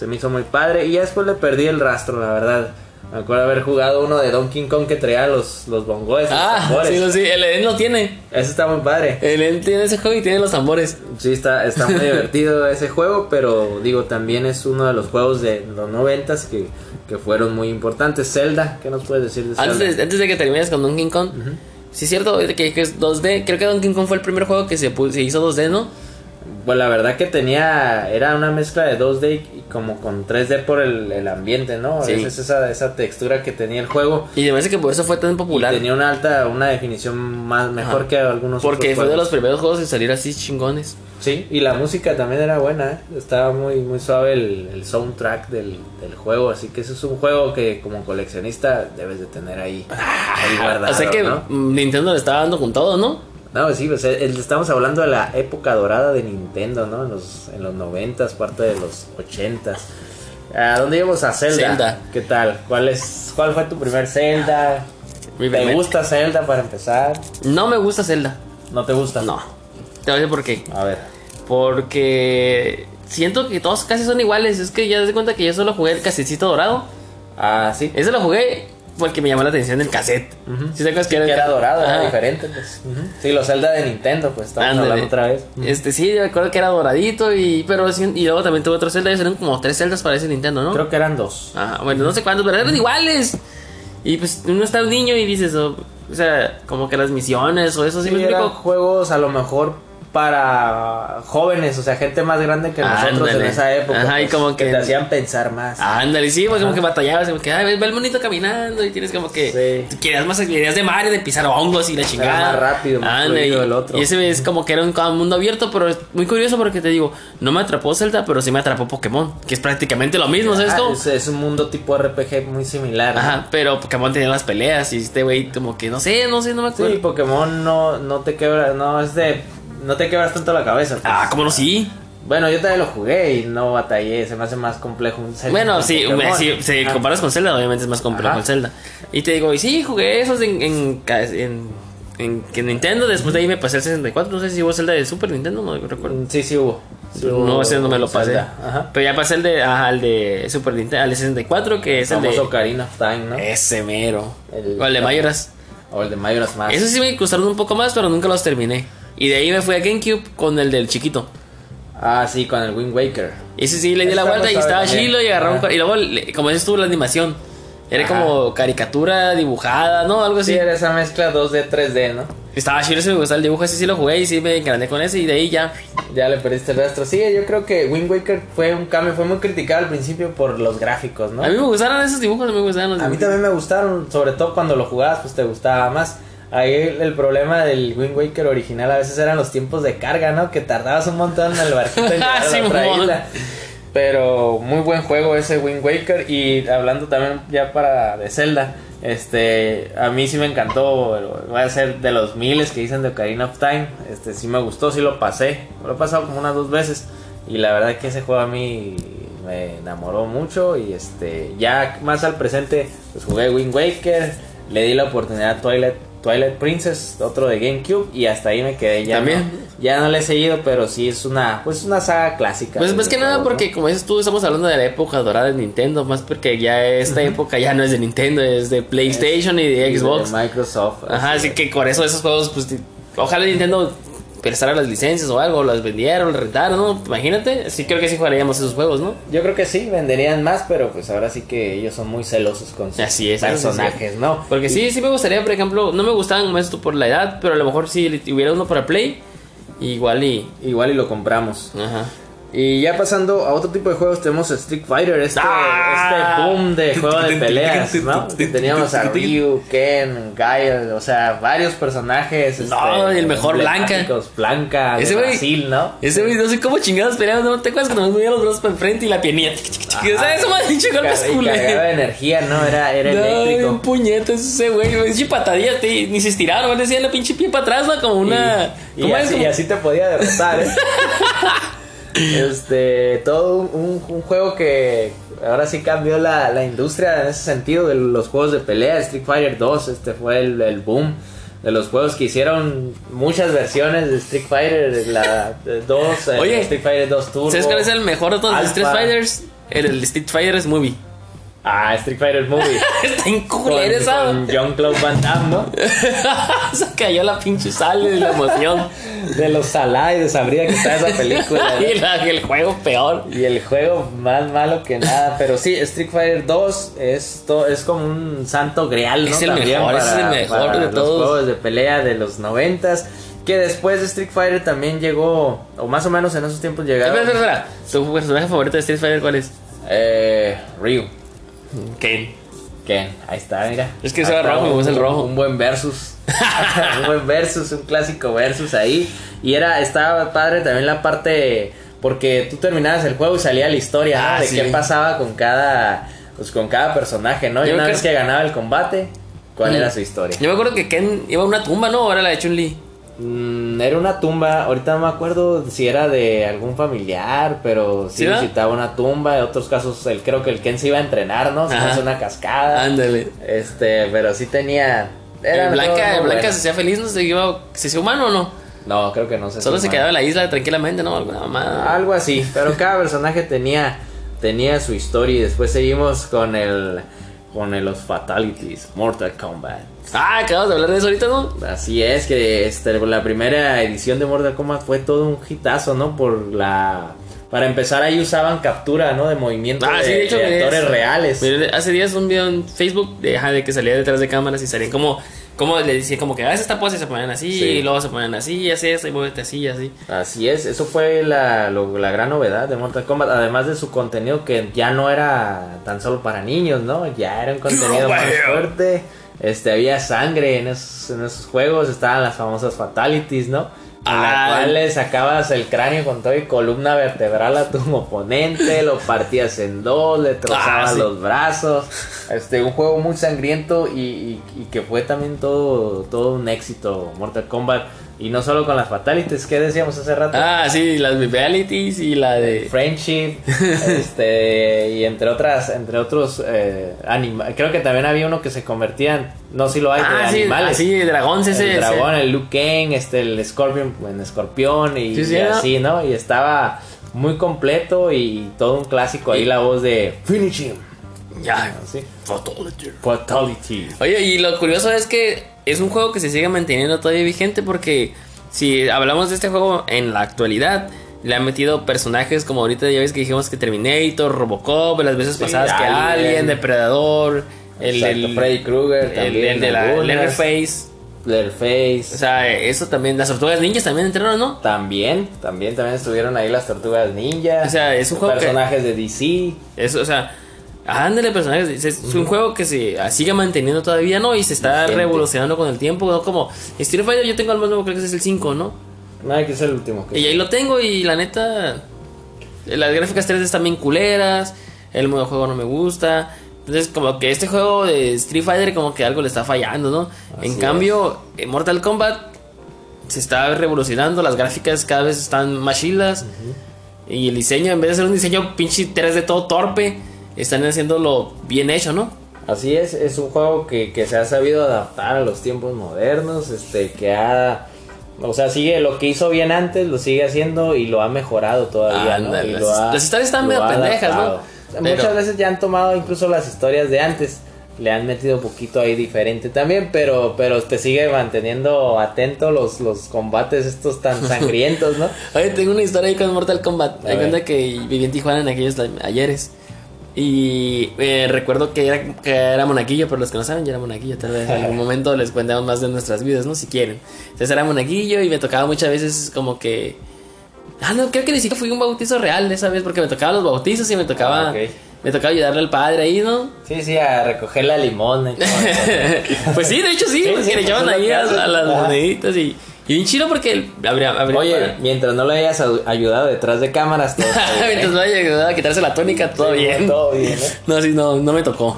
A: Se me hizo muy padre. Y ya después le perdí el rastro, la verdad. Me acuerdo haber jugado uno de Donkey Kong que traía los, los bongos.
B: Ah, sí, lo- sí, el Eden lo tiene.
A: Ese está muy padre.
B: El Eden tiene ese juego y tiene los tambores.
A: Sí, está, está
B: *laughs*
A: muy divertido ese juego, pero digo, también es uno de los juegos de los noventas que, que fueron muy importantes. Zelda, ¿qué nos puedes decir de Zelda?
B: Antes de, antes de que termines con Donkey Kong, sí es cierto ahorita que, que es 2D. Creo que Donkey Kong fue el primer juego que se, pu- se hizo 2D, ¿no?
A: Pues la verdad que tenía, era una mezcla de 2D y como con 3D por el, el ambiente, ¿no?
B: Sí.
A: Esa Es esa, esa textura que tenía el juego.
B: Y me parece que por eso fue tan
A: Y
B: popular.
A: tenía una alta, una definición más mejor
B: Ajá.
A: que algunos
B: porque
A: otros
B: fue de
A: juegos.
B: los primeros juegos en salir así chingones.
A: Sí, y la música también era buena, ¿eh? estaba muy muy suave el, el soundtrack del, del juego, así que eso es un juego que como coleccionista debes de tener ahí, ahí guardado,
B: *laughs* o sea que
A: ¿no?
B: mm, Nintendo le estaba dando con todo, ¿no?
A: No, sí, pues, eh, estamos hablando de la época dorada de Nintendo, ¿no? En los, en los 90 parte de los 80s. ¿A dónde íbamos? A Zelda.
B: Zelda.
A: ¿Qué tal? ¿Cuál es cuál fue tu primer Zelda?
B: Mi
A: ¿Te
B: primer-
A: gusta Zelda para empezar?
B: No me gusta Zelda.
A: ¿No te gusta?
B: No. Te voy a decir por qué.
A: A ver.
B: Porque siento que todos casi son iguales. Es que ya das cuenta que yo solo jugué el casecito dorado.
A: Ah, sí.
B: Ese lo jugué porque me llamó la atención el cassette. Si te acuerdas que era, el
A: que era
B: ca-
A: dorado,
B: Ajá.
A: era diferente. Pues. Sí, los Zelda de Nintendo, pues estamos
B: Ándale.
A: hablando otra vez.
B: Este sí, yo recuerdo que era doradito y pero sí- y luego también tuve otro Zelda, y eran como tres celdas para ese Nintendo, ¿no?
A: Creo que eran dos.
B: Ajá, bueno, no sé cuántos, pero eran iguales. Y pues uno está un niño y dices, oh, o sea, como que las misiones o eso, sí,
A: Sí,
B: me
A: eran
B: explico.
A: juegos a lo mejor para jóvenes, o sea, gente más grande que nosotros
B: Ándale.
A: en esa época.
B: Ajá, y
A: pues,
B: como que-
A: te hacían pensar más.
B: Ándale, sí, pues como que batallabas, como que, ay, ve- ve el monito caminando y tienes como que,
A: Sí.
B: tú querías más actividades de Mario, de pisar hongos y la chingada.
A: más rápido, más
B: Ándale,
A: fluido
B: y-
A: el otro.
B: Y ese es como que era un ca- mundo abierto, pero es muy curioso porque te digo, no me atrapó Zelda, pero sí me atrapó Pokémon, que es prácticamente lo mismo, ¿sabes
A: Ah,
B: cómo?
A: es, es un mundo tipo RPG muy similar. ¿no?
B: pues, Ajá, pero Pokémon tenía las peleas y este güey como que, no sé, no sé, no me acuerdo.
A: Sí, Pokémon no, no te quebra, no es de, no te quebras tanto la cabeza. pues.
B: ah, ¿cómo no? Sí.
A: Bueno, yo también lo jugué y no batallé, se me hace más complejo un Zelda que
B: Bueno,
A: un
B: sí,
A: Pokémon.
B: si, si
A: Ajá.
B: comparas con Zelda, obviamente es más complejo
A: Ajá.
B: el Zelda. Y te digo, y sí, jugué esos en, en, ca- en, en- en Nintendo, después de ahí me pasé el 64, no sé si hubo Zelda de Super Nintendo, no recuerdo.
A: Sí, sí hubo. Sí
B: No,
A: hubo
B: ese no me lo pasé.
A: Zelda. Ajá.
B: Pero ya pasé el de, ajá, al de Super Nintendo, al de 64, que es el
A: famoso
B: de... Eh,
A: Ocarina of Time, ¿no?
B: Ese mero.
A: El- Ah.
B: o el de Mayoras.
A: O el de Majora's Mask.
B: Esos sí me gustaron un poco más, pero nunca los terminé. Y de ahí me fui a GameCube con el del chiquito.
A: Ah, sí, con el Wind Waker.
B: Ese sí, le di la
A: Está
B: vuelta y
A: pasado
B: estaba
A: también.
B: chilo y agarró un
A: Ajá.
B: cua- Y luego, le- como dices tú, la animación. Era
A: Ajá.
B: como caricatura dibujada, ¿no? Algo
A: Sí,
B: así.
A: era esa mezcla 2D, 3D, ¿no?
B: Estaba chilo, ese me gustaba el dibujo. Ese sí lo jugué y sí me engrané con ese. Y de ahí ya.
A: Ya le perdiste el rastro. Sí, yo creo que Wind Waker fue un cambio, fue muy criticado al principio por los gráficos, ¿no?
B: A mí me gustaron esos dibujos, me gustaron los
A: A mí
B: dibujos.
A: también me gustaron, sobre todo cuando lo jugabas, pues te gustaba más. Ahí el, el problema del Wind Waker original a veces eran los tiempos de carga, ¿no? Que tardabas un montón en el
B: *laughs*
A: barquito en llegar a la otra
B: Ah, Simón.
A: isla. Pero muy buen juego ese Wind Waker. Y hablando también ya para de Zelda, este, a mí sí me encantó. Voy a ser de los miles que dicen de Ocarina of Time. Este, sí me gustó, sí lo pasé. Lo he pasado como unas dos veces. Y la verdad que ese juego a mí me enamoró mucho. Y este, ya más al presente, pues jugué Wind Waker. Le di la oportunidad a Twilight, Twilight Princess, otro de GameCube. Y hasta ahí me quedé ya.
B: También.
A: ¿no? Ya no le he seguido, pero sí es una, pues una saga clásica.
B: Pues
A: de
B: más que nada
A: videojuegos,
B: porque como dices tú estamos hablando de la época dorada de Nintendo, más porque ya esta época ya no es de Nintendo, es de PlayStation y
A: ¿no?
B: de pues. Xbox.
A: De Microsoft.
B: Ajá, así que por eso esos juegos, pues ti- ojalá Nintendo prestara las licencias o algo, las vendieron, las rentaron, ¿no? Imagínate, sí creo que sí jugaríamos esos juegos, ¿no?
A: Yo creo que sí, venderían más, pero pues ahora sí que ellos son muy celosos con sus
B: Así es, eso sí es
A: personajes, ¿no?
B: Porque
A: Y-
B: sí, sí me gustaría, por ejemplo, no me gustaban más tú por la edad, pero a lo mejor si le- hubiera uno para Play, igual y...
A: Igual y lo compramos.
B: Ajá.
A: Y ya pasando a otro tipo de juegos, tenemos Street Fighter, este,
B: ¡Ah!
A: este boom de juego de peleas, ¿no? Que Teníamos a Ryu, Ken, Gael, o sea, varios personajes. este,
B: No, y el mejor Blanca.
A: emblemáticos, Blanca,
B: Ese
A: de
B: güey-
A: Brasil, ¿no?
B: Ese güey, no sé cómo chingados peleaban, ¿no? ¿Te acuerdas cuando me movían los brazos para enfrente y la piernilla? O sea, eso me ha dicho golpes
A: Car- y cargado de
B: culeros.
A: energía, ¿no? Era, era
B: No, un
A: eléctrico.
B: puñete ese güey, güey, pinche patadilla, te- ni se estiraron, van decían la pinche pie para atrás, ¿no? Como una...
A: Y, y
B: ¿cómo es?
A: así,
B: Como-
A: y así te podía derrotar,
B: *laughs*
A: ¿eh? Este, todo un, un- un juego que ahora sí cambió la, la industria en ese sentido de los juegos de pelea. Street Fighter 2, este fue el, el boom de los juegos que hicieron muchas versiones de Street Fighter, de la 2, eh,
B: Oye,
A: Street Fighter 2 Turbo.
B: ¿Sabes cuál es el mejor de todos los
A: Alpha.
B: Street Fighters? El, el Street Fighters Movie. *laughs*
A: Ah, Street Fighter Movie.
B: Está en culero esa.
A: con, con Jean-Claude Van Damme, ¿no?
B: *laughs* Se cayó la pinche sal de la emoción.
A: De los salá y desabrida que está esa película. ¿eh? ¿no?
B: *laughs* y la- el juego peor.
A: Y el juego más malo que nada, pero sí, Street Fighter 2 es, to- es como un santo grial, ¿no?
B: Es el
A: También
B: mejor, es el mejor
A: para
B: de
A: los
B: todos.
A: juegos de pelea de los noventas, que después de Street Fighter también llegó, o más o menos en esos tiempos
B: Espera,
A: llegaron
B: espera, espera. ¿Tu personaje favorito de Street Fighter cuál es?
A: eh, Ryu,
B: Ken.
A: Ken, ahí está, mira.
B: Es que
A: Ahí
B: se ve
A: está
B: rojo, me gusta el
A: un-
B: rojo.
A: Un buen versus, *laughs* un buen versus, un clásico versus ahí, y era, estaba padre también la parte... Porque tú terminabas el juego y salía la historia, ¿no?
B: Ah,
A: De
B: sí.
A: qué pasaba con cada... Pues con cada personaje, ¿no? Y
B: Yo
A: una
B: creo-
A: vez que ganaba el combate, ¿cuál
B: Mm.
A: era su historia?
B: Yo me acuerdo que Ken iba a una tumba, ¿no? Ahora la de Chun-Li.
A: Mm, era una tumba, ahorita no me acuerdo si era de algún familiar, pero sí,
B: ¿Sí, verdad?
A: visitaba una tumba. En otros casos, el, creo que el Ken se iba a entrenar, ¿no? Se
B: Ajá.
A: hizo una cascada.
B: Ándale.
A: Este, pero sí tenía.
B: El
A: eran todos
B: Eh, Blanca,
A: muy
B: el Blanca
A: buenos.
B: se hacía feliz, no se iba, se hacía humano o no.
A: No, creo que no se
B: Solo se
A: sumaron.
B: quedaba en la isla tranquilamente, ¿no? Alguna mamada.
A: Algo así, pero cada personaje tenía tenía su historia y después seguimos con el con el- los fatalities, Mortal Kombat.
B: Ah, acabamos de hablar de eso ahorita, ¿no?
A: Así es que este, la primera edición de Mortal Kombat fue todo un hitazo, ¿no? Por la para empezar ahí usaban captura, ¿no? De movimiento
B: Ah,
A: de,
B: sí, de hecho,
A: de
B: es-
A: actores reales.
B: Miré, hace días un video en Facebook de, ajá, de que salía detrás de cámaras y salían como, como le decía, como que haces esta pose y se ponían así,
A: Sí.
B: y luego se ponían así, haces esto y muévete así, y así.
A: Así es, eso fue la, lo- la gran novedad de Mortal Kombat, además de su contenido que ya no era tan solo para niños, ¿no? Ya era un contenido más
B: Vaya.
A: fuerte, este, había sangre en esos, en esos juegos, estaban las famosas fatalities, ¿no? En la
B: Ah.
A: cual le sacabas el cráneo con todo y columna vertebral a tu oponente, lo partías en dos, le trozabas
B: Ah, sí.
A: los brazos, este, un juego muy sangriento y, y- y que fue también todo, todo un éxito, Mortal Kombat, y no solo con las fatalities que decíamos hace rato,
B: Ah, sí, las realities y la de. *laughs*
A: Friendship, este, y entre otras, entre otros eh, anima- creo que también había uno que se convertían, no si lo hay, de
B: Ah, sí,
A: animales.
B: ah, sí, dragón, sí, sí,
A: el
B: sí.
A: dragón, el Liu Kang, este, el Scorpion en escorpión y,
B: Sí, sí,
A: y
B: ¿no?
A: así, ¿no? Y estaba muy completo y todo un clásico ahí la voz de Finish him,
B: Ya,
A: así.
B: fatality.
A: Fatality.
B: Oye, y lo curioso es que es un juego que se sigue manteniendo todavía vigente porque si hablamos de este juego en la actualidad, le han metido personajes como ahorita ya ves que dijimos que Terminator, Robocop, las veces
A: Sí,
B: pasadas que
A: Alien.
B: Alien, Depredador, el,
A: Exacto,
B: el-
A: Freddy Krueger
B: el-
A: también
B: el de la
A: algunas.
B: Leatherface.
A: Leatherface.
B: O sea, eso también, las tortugas ninjas también entraron, ¿no?
A: también, también, también estuvieron ahí las tortugas ninja.
B: O sea, es un juego que-
A: Personajes de DC.
B: Eso, o sea, ándale personajes. Es, es un juego que se ah, sigue manteniendo todavía, ¿no? Y se está
A: Vigente.
B: revolucionando con el tiempo, ¿no? Como Street Fighter, yo tengo al más nuevo, creo que ese es el 5, ¿no?
A: No, que es el último. Que
B: Y ahí lo tengo y la neta, las gráficas 3D están bien culeras, el modo de juego no me gusta. Entonces como que este juego de Street Fighter como que algo le está fallando, ¿no?
A: Así
B: en cambio, en Mortal Kombat se está revolucionando, las gráficas cada vez están más chilas. Y el diseño, en vez de ser un diseño pinche 3D todo torpe, están haciéndolo bien hecho, ¿no?
A: Así es, es un juego que, que se ha sabido adaptar a los tiempos modernos, este, que ha O sea, sigue lo que hizo bien antes, lo sigue haciendo y lo ha mejorado todavía, ¿no?
B: Ándale,
A: Y
B: las,
A: lo ha-
B: las historias están
A: lo
B: medio
A: ha
B: pendejas, ¿no?
A: adaptado. Muchas
B: Pero-
A: veces ya han tomado incluso las historias de antes, le han metido un poquito ahí diferente también, pero pero te sigue manteniendo atento los, los combates estos
B: *laughs*
A: tan sangrientos, ¿no?
B: Oye, tengo una historia ahí con Mortal Kombat.
A: A
B: Hay cuenta
A: ver.
B: que viví en Tijuana en aquellos la- ayeres. Y eh, recuerdo que era, que era monaguillo, pero los que no saben, yo era monaguillo. Tal vez en
A: *laughs*
B: algún momento les cuentamos más de nuestras vidas, ¿no? Si quieren. Entonces era monaguillo y me tocaba muchas veces como que. Ah, no, creo que ni siquiera fui a un bautizo real esa vez, porque me tocaba los bautizos y me
A: Ah,
B: tocaba.
A: ok.
B: Me tocaba ayudarle al padre ahí, ¿no? *laughs*
A: Sí, sí, a recoger la limón. y todo eso.
B: pues sí, de hecho sí,
A: Sí,
B: porque
A: sí,
B: le
A: pues es
B: echaban
A: lo
B: ahí
A: que
B: a,
A: hacen.
B: a las
A: Ajá.
B: moneditas y. Y bien chido porque el- habría, habría
A: Oye, mientras no lo hayas au- ayudado detrás de cámaras,
B: *laughs*
A: todo está bien, ¿eh?
B: Mientras vaya a quitarse la tónica, todo
A: Sí,
B: bien.
A: Todo bien, ¿eh?
B: No, sí, no, no
A: *laughs*
B: me tocó.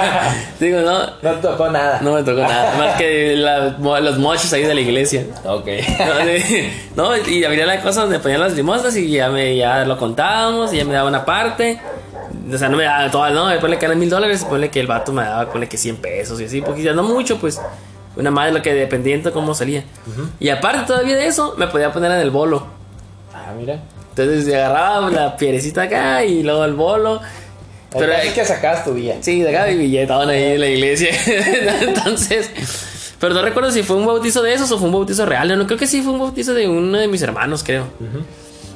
B: *laughs* Digo, no,
A: No te tocó nada.
B: no me tocó nada. Más que la- mo- los mochos ahí de la iglesia.
A: Ok.
B: No, sí. *laughs* No, y habría la cosa donde ponían las limosnas y ya, me, ya lo contábamos y ya me daba una parte. O sea, no me daba todas, ¿no? Me pone que eran mil dólares, ponle que el vato me daba, ponle que 100 pesos y así, poquito, no mucho, pues. Una madre lo que dependiendo cómo salía. Y aparte todavía de eso, me podía poner en el bolo.
A: *laughs* Ah, mira.
B: Entonces agarraba la piedrecita acá y luego el bolo. Pero
A: Pero es que sacabas tu día.
B: sí, de acá mi billetón ahí en la iglesia. *laughs* Entonces, pero no recuerdo si fue un bautizo de esos o fue un bautizo real. No creo que sí fue un bautizo de uno de mis hermanos, creo.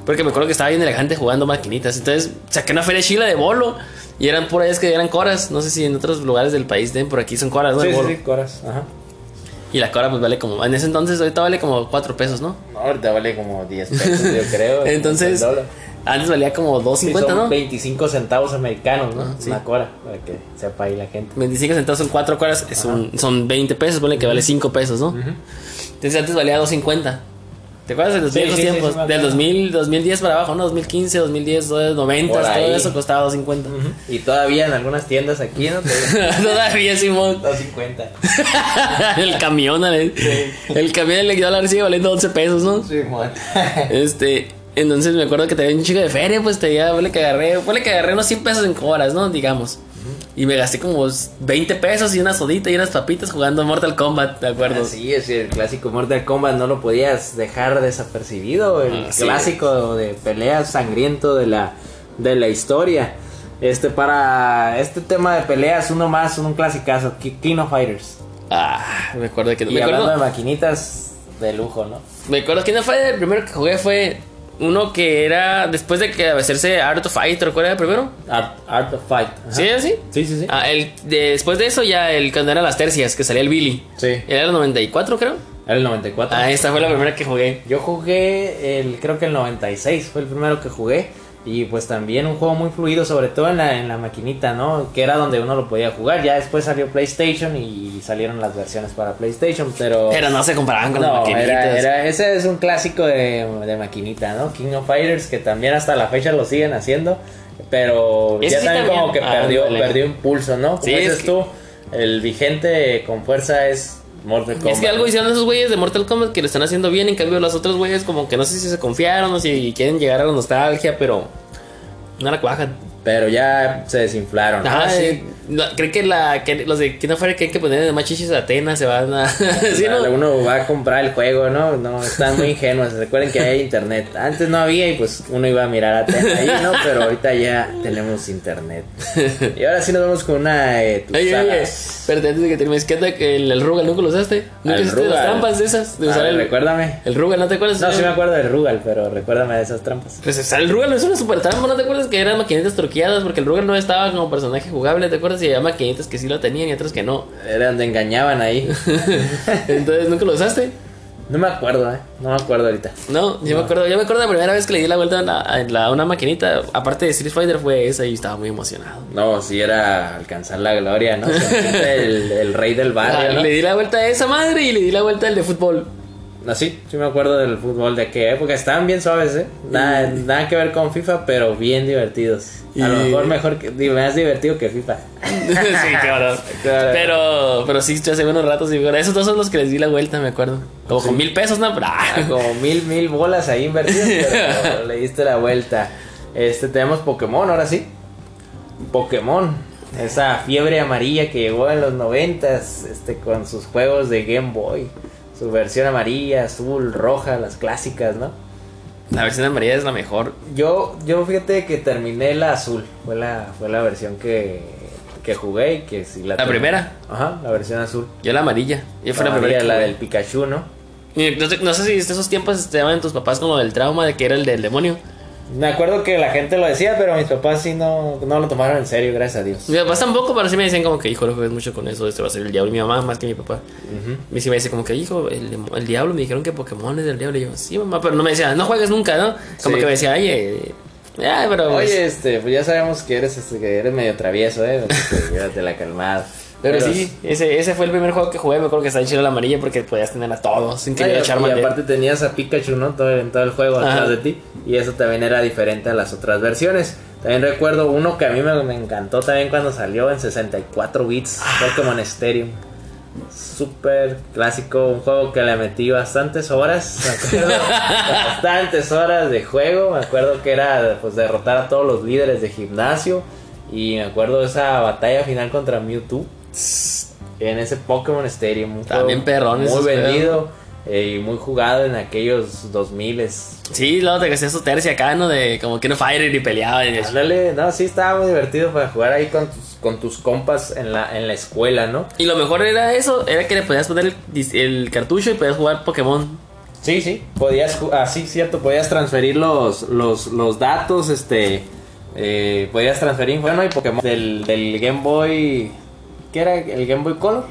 B: Porque me acuerdo que estaba bien elegante jugando maquinitas. Entonces saqué una feria chila de bolo y eran por ahí es que eran coras. No sé si en otros lugares del país den por aquí son coras, ¿no? El
A: Sí, sí,
B: bolo.
A: sí, coras. Ajá.
B: Y la cora pues vale como en ese entonces ahorita vale como cuatro pesos, ¿no?
A: No, ahorita vale como 10 pesos, *laughs* yo creo.
B: Entonces,
A: como el dólar.
B: antes valía como
A: Sí,
B: 2.50,
A: son
B: ¿no?
A: 25 centavos americanos, ¿no?
B: sí.
A: Una cora, para que sepa ahí la gente.
B: 25 centavos son 4 cuadras, es un- son 20 pesos, ponle que vale 5 pesos, ¿no? Entonces antes valía 2.50. ¿Te acuerdas de los
A: Sí,
B: viejos
A: sí, sí,
B: tiempos?
A: sí, me
B: Del
A: acuerdo.
B: 2000, 2010 para abajo, ¿no? 2015, 2010, 90,
A: Por
B: todo
A: ahí.
B: eso costaba 2.50.
A: Y todavía en algunas tiendas aquí, *laughs* ¿no? Te-
B: *laughs* Todavía Simón,
A: 250.
B: el camión, ¿vale? el camión le quedó la sí valiendo 11 pesos, ¿no?
A: Sí, *laughs* Juan.
B: Este, entonces me acuerdo que te había un chico de feria, pues te diga, ponle que agarré, ponle que agarré unos 100 pesos en horas, ¿no? Digamos. Y me gasté como 20 pesos y una sodita y unas papitas jugando Mortal Kombat, ¿de acuerdo?
A: Ah, Sí, es el clásico Mortal Kombat, no lo podías dejar desapercibido, el
B: Ah, Así
A: clásico de pelea sangriento de la, de la historia. Este, para este tema de peleas, uno más, un clasicazo, Ki- King of Fighters.
B: Ah, me acuerdo que
A: Y
B: me
A: hablando de
B: acuerdo,
A: maquinitas, de lujo, ¿no?
B: me acuerdo que no fue el primero que jugué fue uno que era después de que hacerse Art of Fight, ¿te recuerdas el primero?
A: Art, Art of Fight. Ajá.
B: ¿Sí, así?
A: Sí, sí, sí.
B: Ah, el, después de eso ya el cuando eran las tercias que salía el Billy.
A: Sí.
B: Era el 94, creo.
A: Era el 94.
B: Ah, esta fue la primera que jugué.
A: Yo jugué el, creo que el 96 fue el primero que jugué. Y pues también un juego muy fluido, sobre todo en la, en la maquinita, ¿no? Que era donde uno lo podía jugar. Ya después salió PlayStation y salieron las versiones para PlayStation, pero...
B: Pero no se comparaban con las
A: no,
B: maquinitas.
A: era, era- ese es un clásico de, de maquinita, ¿no? King of Fighters, que también hasta la fecha lo siguen haciendo, pero
B: Ese
A: ya
B: sí
A: también,
B: también.
A: como que
B: Ah,
A: perdió,
B: ándale.
A: perdió impulso, ¿no? Como
B: Sí, es
A: dices
B: que-
A: tú, el vigente con fuerza es Mortal Kombat.
B: Es que algo
A: ¿no?
B: hicieron esos güeyes de Mortal Kombat que lo están haciendo bien, en cambio los otros güeyes como que no sé si se confiaron o si quieren llegar a la nostalgia, pero no la cuajan.
A: Pero ya se desinflaron.
B: Ajá,
A: Ay,
B: sí. Ah, eh, No, creo que, la, que los de King of Fighters que hay que poner de más chichis a Atenas se van a...
A: *laughs*
B: *laughs* sí,
A: Claro,
B: ¿no?
A: Uno va a comprar el juego, ¿no? No, están muy ingenuos. Recuerden que hay internet. Antes no había y pues uno iba a mirar a Tena ahí, ¿no? Pero ahorita ya tenemos internet. Y ahora sí nos vamos con una eh,
B: Oye,
A: Tuxana.
B: oye, espérate, antes de que termines, ¿qué onda? que El, el Rugal nunca lo usaste. Nunca
A: Al
B: hiciste las
A: Rugal.
B: trampas de esas. De
A: A
B: usar
A: ver,
B: el,
A: recuérdame.
B: el Rugal, ¿no te acuerdas?
A: No, sí me acuerdo del Rugal, pero recuérdame de esas trampas.
B: Pues está el Rugal, es una super trampa, ¿no te acuerdas que eran maquinitas truqueadas? Porque el Rugal no estaba como personaje jugable, ¿te acuerdas? Y había maquinitas que sí lo tenían y otras
A: *laughs*
B: que no.
A: Era donde engañaban ahí. *laughs*
B: Entonces nunca lo usaste.
A: No me acuerdo, ¿eh? No me acuerdo ahorita.
B: No, yo me acuerdo, yo me acuerdo la primera vez que le di la vuelta a, la- a la- a una maquinita, aparte de Street Fighter fue esa y estaba muy emocionado.
A: No, sí era alcanzar la gloria, *laughs* ¿no? Sentirte El, el rey del barrio,
B: Ah,
A: ¿no?
B: le di la vuelta a esa madre y le di la vuelta al de fútbol.
A: No, sí, sí me acuerdo del fútbol de aquella época. Estaban bien suaves, ¿eh? Nada, nada que ver con FIFA, pero bien divertidos. A lo
B: Y-
A: mejor mejor que, digo, más divertido que FIFA.
B: *laughs* sí, claro.
A: Claro.
B: Pero, pero sí, yo hace unos ratos y bueno, esos dos son los que les di la vuelta, me acuerdo. Como con mil pesos, ¿no? Pero, ah,
A: Como mil, mil bolas ahí invertidas, pero le diste la vuelta. Este, tenemos Pokémon, ahora sí. Pokémon. Esa fiebre amarilla que llegó en los noventas, este, con sus juegos de Game Boy. Su versión amarilla, azul, roja, las clásicas, ¿no?
B: La versión amarilla es la mejor.
A: Yo, yo fíjate que terminé la azul. Fue la, fue la versión que, que jugué y que sí la
B: La
A: terminé.
B: primera.
A: Ajá, la versión azul.
B: Yo la amarilla. Yo fui la,
A: Amarilla,
B: primera. que
A: la
B: jugué.
A: del Pikachu, ¿no?
B: Y No, sé- no sé si en esos tiempos estaban tus papás con lo del trauma de que era el del demonio.
A: Me acuerdo que la gente lo decía, pero mis papás sí no, no lo tomaron en serio, gracias a Dios.
B: Mi papás tampoco, pero sí me decían como que, hijo, no juegues mucho con eso, este va a ser el diablo. Y Mi mamá, más que mi papá, me, sí me decía como que, hijo, el, demo- el diablo, me dijeron que Pokémon es del diablo. Y yo, sí, mamá, pero no me decía, no juegues nunca, ¿no? Como
A: Sí.
B: que me decía, oye, ya, pero... pues,
A: Oye, este, pues ya sabemos que eres, este, que eres medio travieso, eh. *laughs* Este, Llévate la calmada.
B: Pero, sí, ese, ese fue el primer juego que jugué. Me acuerdo que estaba chido la amarilla porque podías tener a todos sin
A: No,
B: querer
A: y,
B: echar
A: y
B: mal.
A: aparte tenías a Pikachu, ¿no? Todo, en todo el juego
B: Ajá.
A: atrás de ti. Y eso también era diferente a las otras versiones. También recuerdo uno que a mí me, me encantó también cuando salió en 64 bits, Pokémon Stadium. Súper clásico, un juego que le metí bastantes horas, me
B: *laughs*
A: acuerdo, bastantes horas de juego, me acuerdo que era pues derrotar a todos los líderes de gimnasio y me acuerdo esa batalla final contra Mewtwo en ese Pokémon Stadium. un
B: También
A: juego
B: perrón
A: Muy
B: esos juegos.
A: vendido eh, y muy jugado en aquellos 2000
B: Sí, luego te hacías su tercia acá, ¿no? De como que no fire y peleaba. Y
A: Ándale, no, sí, estaba muy divertido para jugar ahí con tus, con tus compas en la, en la escuela, ¿no?
B: Y lo mejor era eso, era que le podías poner el, dis- el cartucho y podías jugar Pokémon.
A: Sí, sí, podías, ju- ah, sí, cierto, podías transferir los, los, los datos, este, eh, podías transferir, bueno, y Pokémon del, del Game Boy, ¿qué era? ¿El Game Boy Color?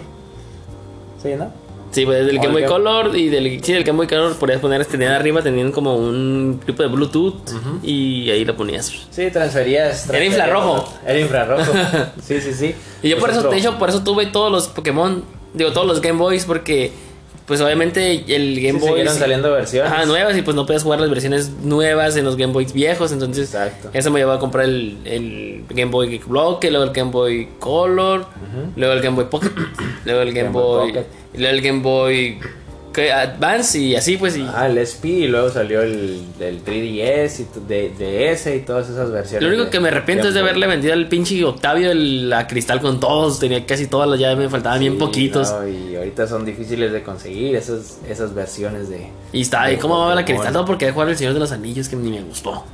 A: Sí, ¿no?
B: Sí, pues del
A: Oh,
B: Game Boy
A: el Game-
B: Color y del, sí, del Game Boy Color podías poner, tenían arriba, tenían como un tipo de Bluetooth y ahí lo ponías.
A: Sí, transferías.
B: Era
A: transferías-
B: infrarrojo.
A: Era
B: *laughs*
A: infrarrojo. Sí, sí, Pues sí.
B: Y yo por eso,
A: Nosotros-
B: de hecho, por eso tuve todos los Pokémon, digo, todos los Game Boys, porque pues obviamente el Game
A: Sí,
B: Boy...
A: siguieron
B: sí-
A: saliendo versiones.
B: Ajá, nuevas y pues no podías jugar las versiones nuevas en los Game Boys viejos, entonces
A: Exacto.
B: eso me llevó a comprar el, el Game Boy Bloque, luego el Game Boy Color, luego el Game Boy Pocket, *coughs* luego el Game,
A: Game Boy
B: Boy,
A: Pocket.
B: y luego el Game Boy que- Advance y así pues y
A: Ah, el SP y luego salió el, el 3DS y tu- de, DS y todas esas versiones.
B: lo único que me arrepiento es de haberle vendido al pinche Octavio el, la cristal con todos, tenía casi todas las llaves, me faltaban Ah, bien
A: Sí,
B: poquitos.
A: no, y ahorita son difíciles de conseguir esas, esas versiones de. *laughs*
B: Y está ahí,
A: de
B: ¿cómo va la
A: Pokémon.
B: cristal? No, porque dejé jugar el Señor de los Anillos que ni me gustó.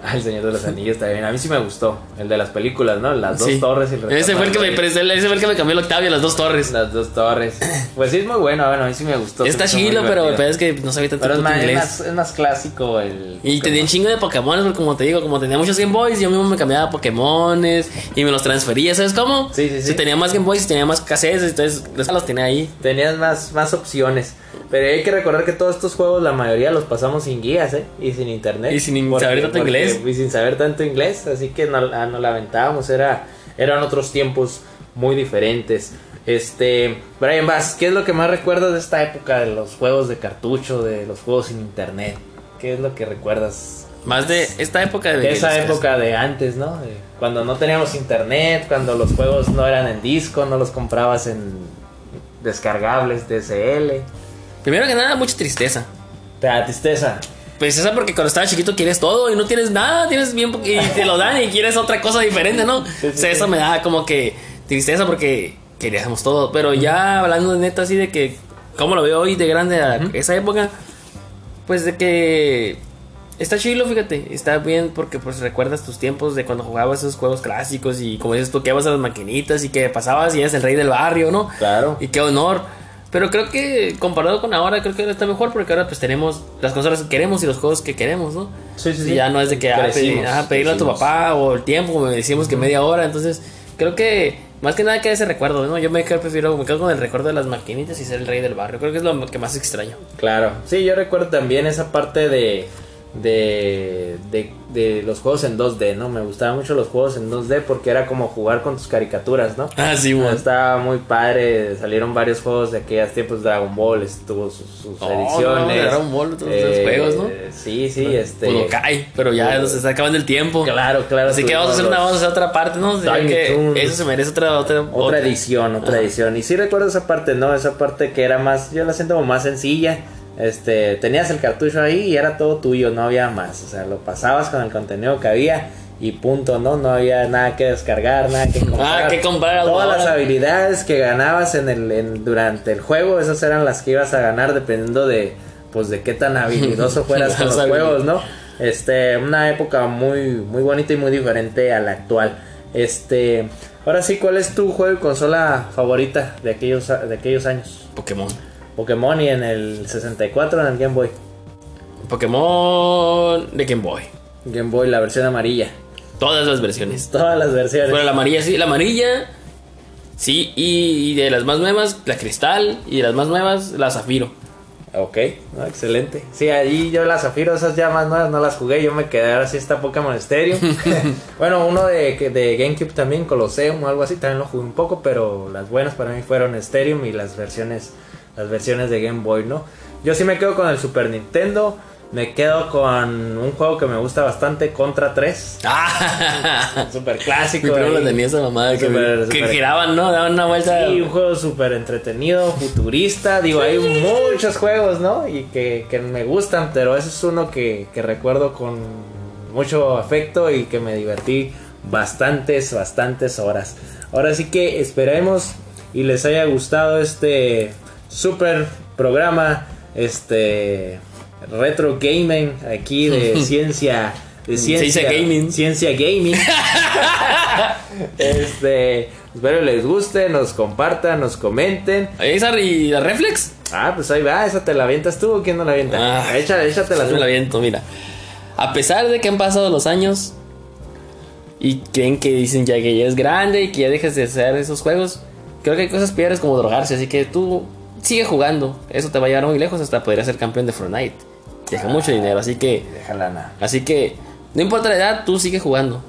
A: Ah, el Señor de los Anillos también. A mí sí me gustó. El de las películas, ¿no? Las dos
B: Sí.
A: torres y el
B: ese fue el que
A: retorno
B: me
A: de-
B: prestó- ese fue el que me cambió el Octavio, las dos torres.
A: Las dos torres. Pues sí, es muy bueno. Bueno, a mí sí me gustó.
B: Está
A: se me hizo
B: chilo,
A: muy
B: pero pues,
A: divertido.
B: es que no sabía tanto
A: Pero es
B: puto
A: más, es,
B: inglés.
A: más, es más clásico el.
B: Y tenía un chingo de Pokémon, porque como te digo, como tenía muchos Game Boys, yo mismo me cambiaba Pokémones y me los transfería, ¿sabes cómo?
A: Sí, sí, sí.
B: Si tenía más Game Boys, tenía más cassettes, entonces los, los tenía ahí.
A: Tenías más, más opciones. Pero hay que recordar que todos estos juegos, la mayoría los pasamos sin guías, ¿eh? Y sin internet.
B: Y sin saber tanto inglés.
A: Y sin saber tanto inglés. Así que no, ah, no la aventábamos. Era, eran otros tiempos muy diferentes. Este, Brian Bass, ¿qué es lo que más recuerdas de esta época de los juegos de cartucho, de los juegos sin internet? ¿Qué es lo que recuerdas?
B: Más de esta época de...
A: De esa
B: de los-
A: época de antes, ¿no? De Cuando no teníamos internet, cuando los juegos no eran en disco, no los comprabas en descargables, DSL.
B: Primero que nada, mucha tristeza.
A: Te da tristeza.
B: Pues esa porque cuando estaba chiquito quieres todo y no tienes nada, tienes bien po- y te lo dan y quieres otra cosa diferente, ¿no?
A: sí,
B: o sea,
A: sí.
B: eso me da como que tristeza porque queríamos todo, pero ya hablando de neta así de que como lo veo hoy de grande a esa época, pues de que está chilo, fíjate, está bien porque pues recuerdas tus tiempos de cuando jugabas esos juegos clásicos y como dices tú que ibas a las maquinitas y que pasabas y eras el rey del barrio, ¿no?
A: Claro.
B: Y qué honor. Pero creo que comparado con ahora, creo que ahora está mejor porque ahora pues tenemos las consolas que queremos y los juegos que queremos, ¿no?
A: Sí, sí,
B: Y
A: sí.
B: ya no es de que ah,
A: Crecimos,
B: pedi- ah, pedirle a tu
A: crecimos.
B: papá o el tiempo, como decimos que media hora. Entonces, creo que más que nada queda ese recuerdo, ¿no? Yo me quedo, prefiero, me quedo con el recuerdo de las maquinitas y ser el rey del barrio. Creo que es lo que más extraño.
A: Claro. Sí, yo recuerdo también esa parte de, de, de, de los juegos en 2D, ¿no? Me gustaban mucho los juegos en 2D porque era como jugar con tus caricaturas, ¿no?
B: *laughs* Ah, sí,
A: No,
B: bueno.
A: Estaba muy padre, salieron varios juegos de aquellos tiempos, Dragon Ball estuvo sus, sus
B: Oh,
A: ediciones. Eh,
B: no, Dragon Ball, todos esos juegos, ¿no?
A: Sí, sí, este.
B: Budokai, pues, pero ya
A: eh,
B: nos está acabando el tiempo.
A: Claro, claro.
B: Así que
A: tuvimos
B: vamos a hacer
A: los-
B: una, pues, vamos a hacer otra parte, ¿no? O sea,
A: Tiny
B: que
A: Toons.
B: eso se merece otra, otra,
A: Otra edición, otra
B: Ajá.
A: edición. Y sí recuerdo esa parte, ¿no? Esa parte que era más, yo la siento como más sencilla. Este, tenías el cartucho ahí y era todo tuyo, no había más. O sea, lo pasabas con el contenido que había y punto, ¿no? No había nada que descargar, nada que comprar.
B: Ah, que comprar,
A: Todas
B: ahora.
A: las habilidades que ganabas en el, en- durante el juego, esas eran las que ibas a ganar dependiendo de, pues, de qué
B: *laughs*
A: tan habilidoso fueras con
B: Las
A: los juegos, ¿no? Este, una época muy, muy bonita y muy diferente a la actual. Este, ahora sí, ¿cuál es tu juego y consola favorita de aquellos, a- de aquellos años?
B: Pokémon.
A: Pokémon y en el 64 en el Game Boy.
B: Pokémon de Game Boy.
A: Game Boy, la versión amarilla.
B: Todas las versiones.
A: Todas las versiones.
B: Bueno, la amarilla sí, la amarilla. Sí, y, y de las más nuevas, la cristal. Y de las más nuevas, la zafiro. *laughs*
A: Ok, no, excelente. Sí, allí yo las Zafiro, esas ya más nuevas no las jugué, yo me quedé ahora sí está Pokémon Stereo.
B: *laughs*
A: *laughs* bueno, uno de, que- de GameCube también, Colosseum o algo así, también lo jugué un poco, pero las buenas para mí fueron Stereo y las versiones, las versiones de Game Boy, ¿no? Yo sí me quedo con el Super Nintendo, me quedo con un juego que me gusta bastante, Contra
B: *laughs*
A: 3.
B: Ah,
A: Super clásico.
B: mi primo
A: ahí.
B: lo tenía esa mamada que,
A: Súper,
B: que
A: súper.
B: giraban, ¿no? Daban una vuelta.
A: Sí, un juego súper entretenido, futurista. Digo, hay muchos juegos, ¿no? Y que, que me gustan, pero ese es uno que, que recuerdo con mucho afecto y que me divertí bastantes, bastantes horas. Ahora sí que esperemos y les haya gustado este super programa, este retro gaming aquí de ciencia. De ciencia,
B: Ciencia gaming.
A: Ciencia
B: *laughs*
A: gaming. Este, espero les guste, nos compartan, nos comenten.
B: ¿Esa y la reflex?
A: Ah, pues ahí va, esa te la avientas tú o quién no la avienta.
B: Ah,
A: Échala, échatela
B: Yo
A: tú.
B: me la aviento, mira. A pesar de que han pasado los años y creen que dicen ya que ya eres grande y que ya dejes de hacer esos juegos, creo que hay cosas peores como drogarse, así que tú sigue jugando. Eso te va a llevar muy lejos hasta poder ser campeón de Fortnite. Deja mucho dinero, así que
A: Déjala nada.
B: así que no importa la edad, tú sigue jugando.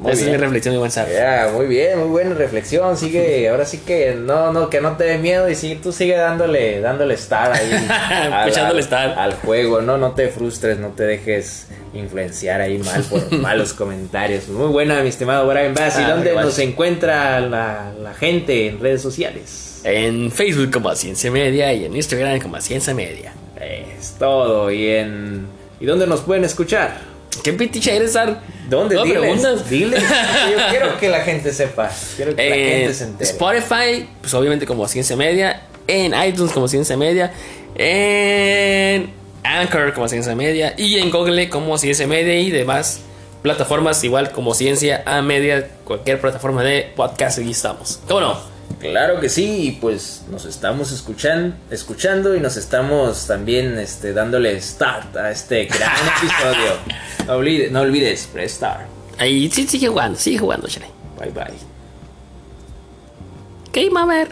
A: Muy
B: Esa
A: bien.
B: es mi reflexión, mi buen Sar.
A: Ya, muy bien, muy buena reflexión.
B: *laughs*
A: Sigue, ahora sí que no, no, que no te dé miedo y sí, tú sigue dándole, dándole estar
B: *laughs*
A: ahí. al-
B: Pues Echándole
A: al-
B: estar.
A: Al juego, no, no te frustres, no te dejes influenciar ahí mal
B: *laughs*
A: por malos comentarios. Muy buena, mi estimado Brian Bass. ¿Y
B: Ah,
A: dónde
B: qué guay.
A: nos encuentra la, la gente en redes sociales?
B: En Facebook como Ciencia Media y en Instagram como Ciencia Media.
A: Es todo. ¿Y en y dónde nos pueden escuchar?
B: ¿Qué piticha eres, Sar?
A: ¿Dónde?
B: No
A: diles,
B: preguntas. *laughs*
A: diles. Yo quiero que la gente sepa. Quiero que la
B: Eh,
A: gente se entere.
B: Spotify, pues obviamente como Ciencia Media. En iTunes como Ciencia Media. En Anchor como Ciencia Media. Y en Google como Ciencia Media y demás plataformas igual como Ciencia a Media. Cualquier plataforma de podcast aquí estamos. ¿Cómo no?
A: Claro que sí, y pues nos estamos escuchan- escuchando y nos estamos también este, dándole start a este gran episodio. No olvides, no olvides, press start.
B: Ahí sí, sigue jugando, sigue jugando, chale.
A: Bye bye.
B: ¿Qué iba a ver?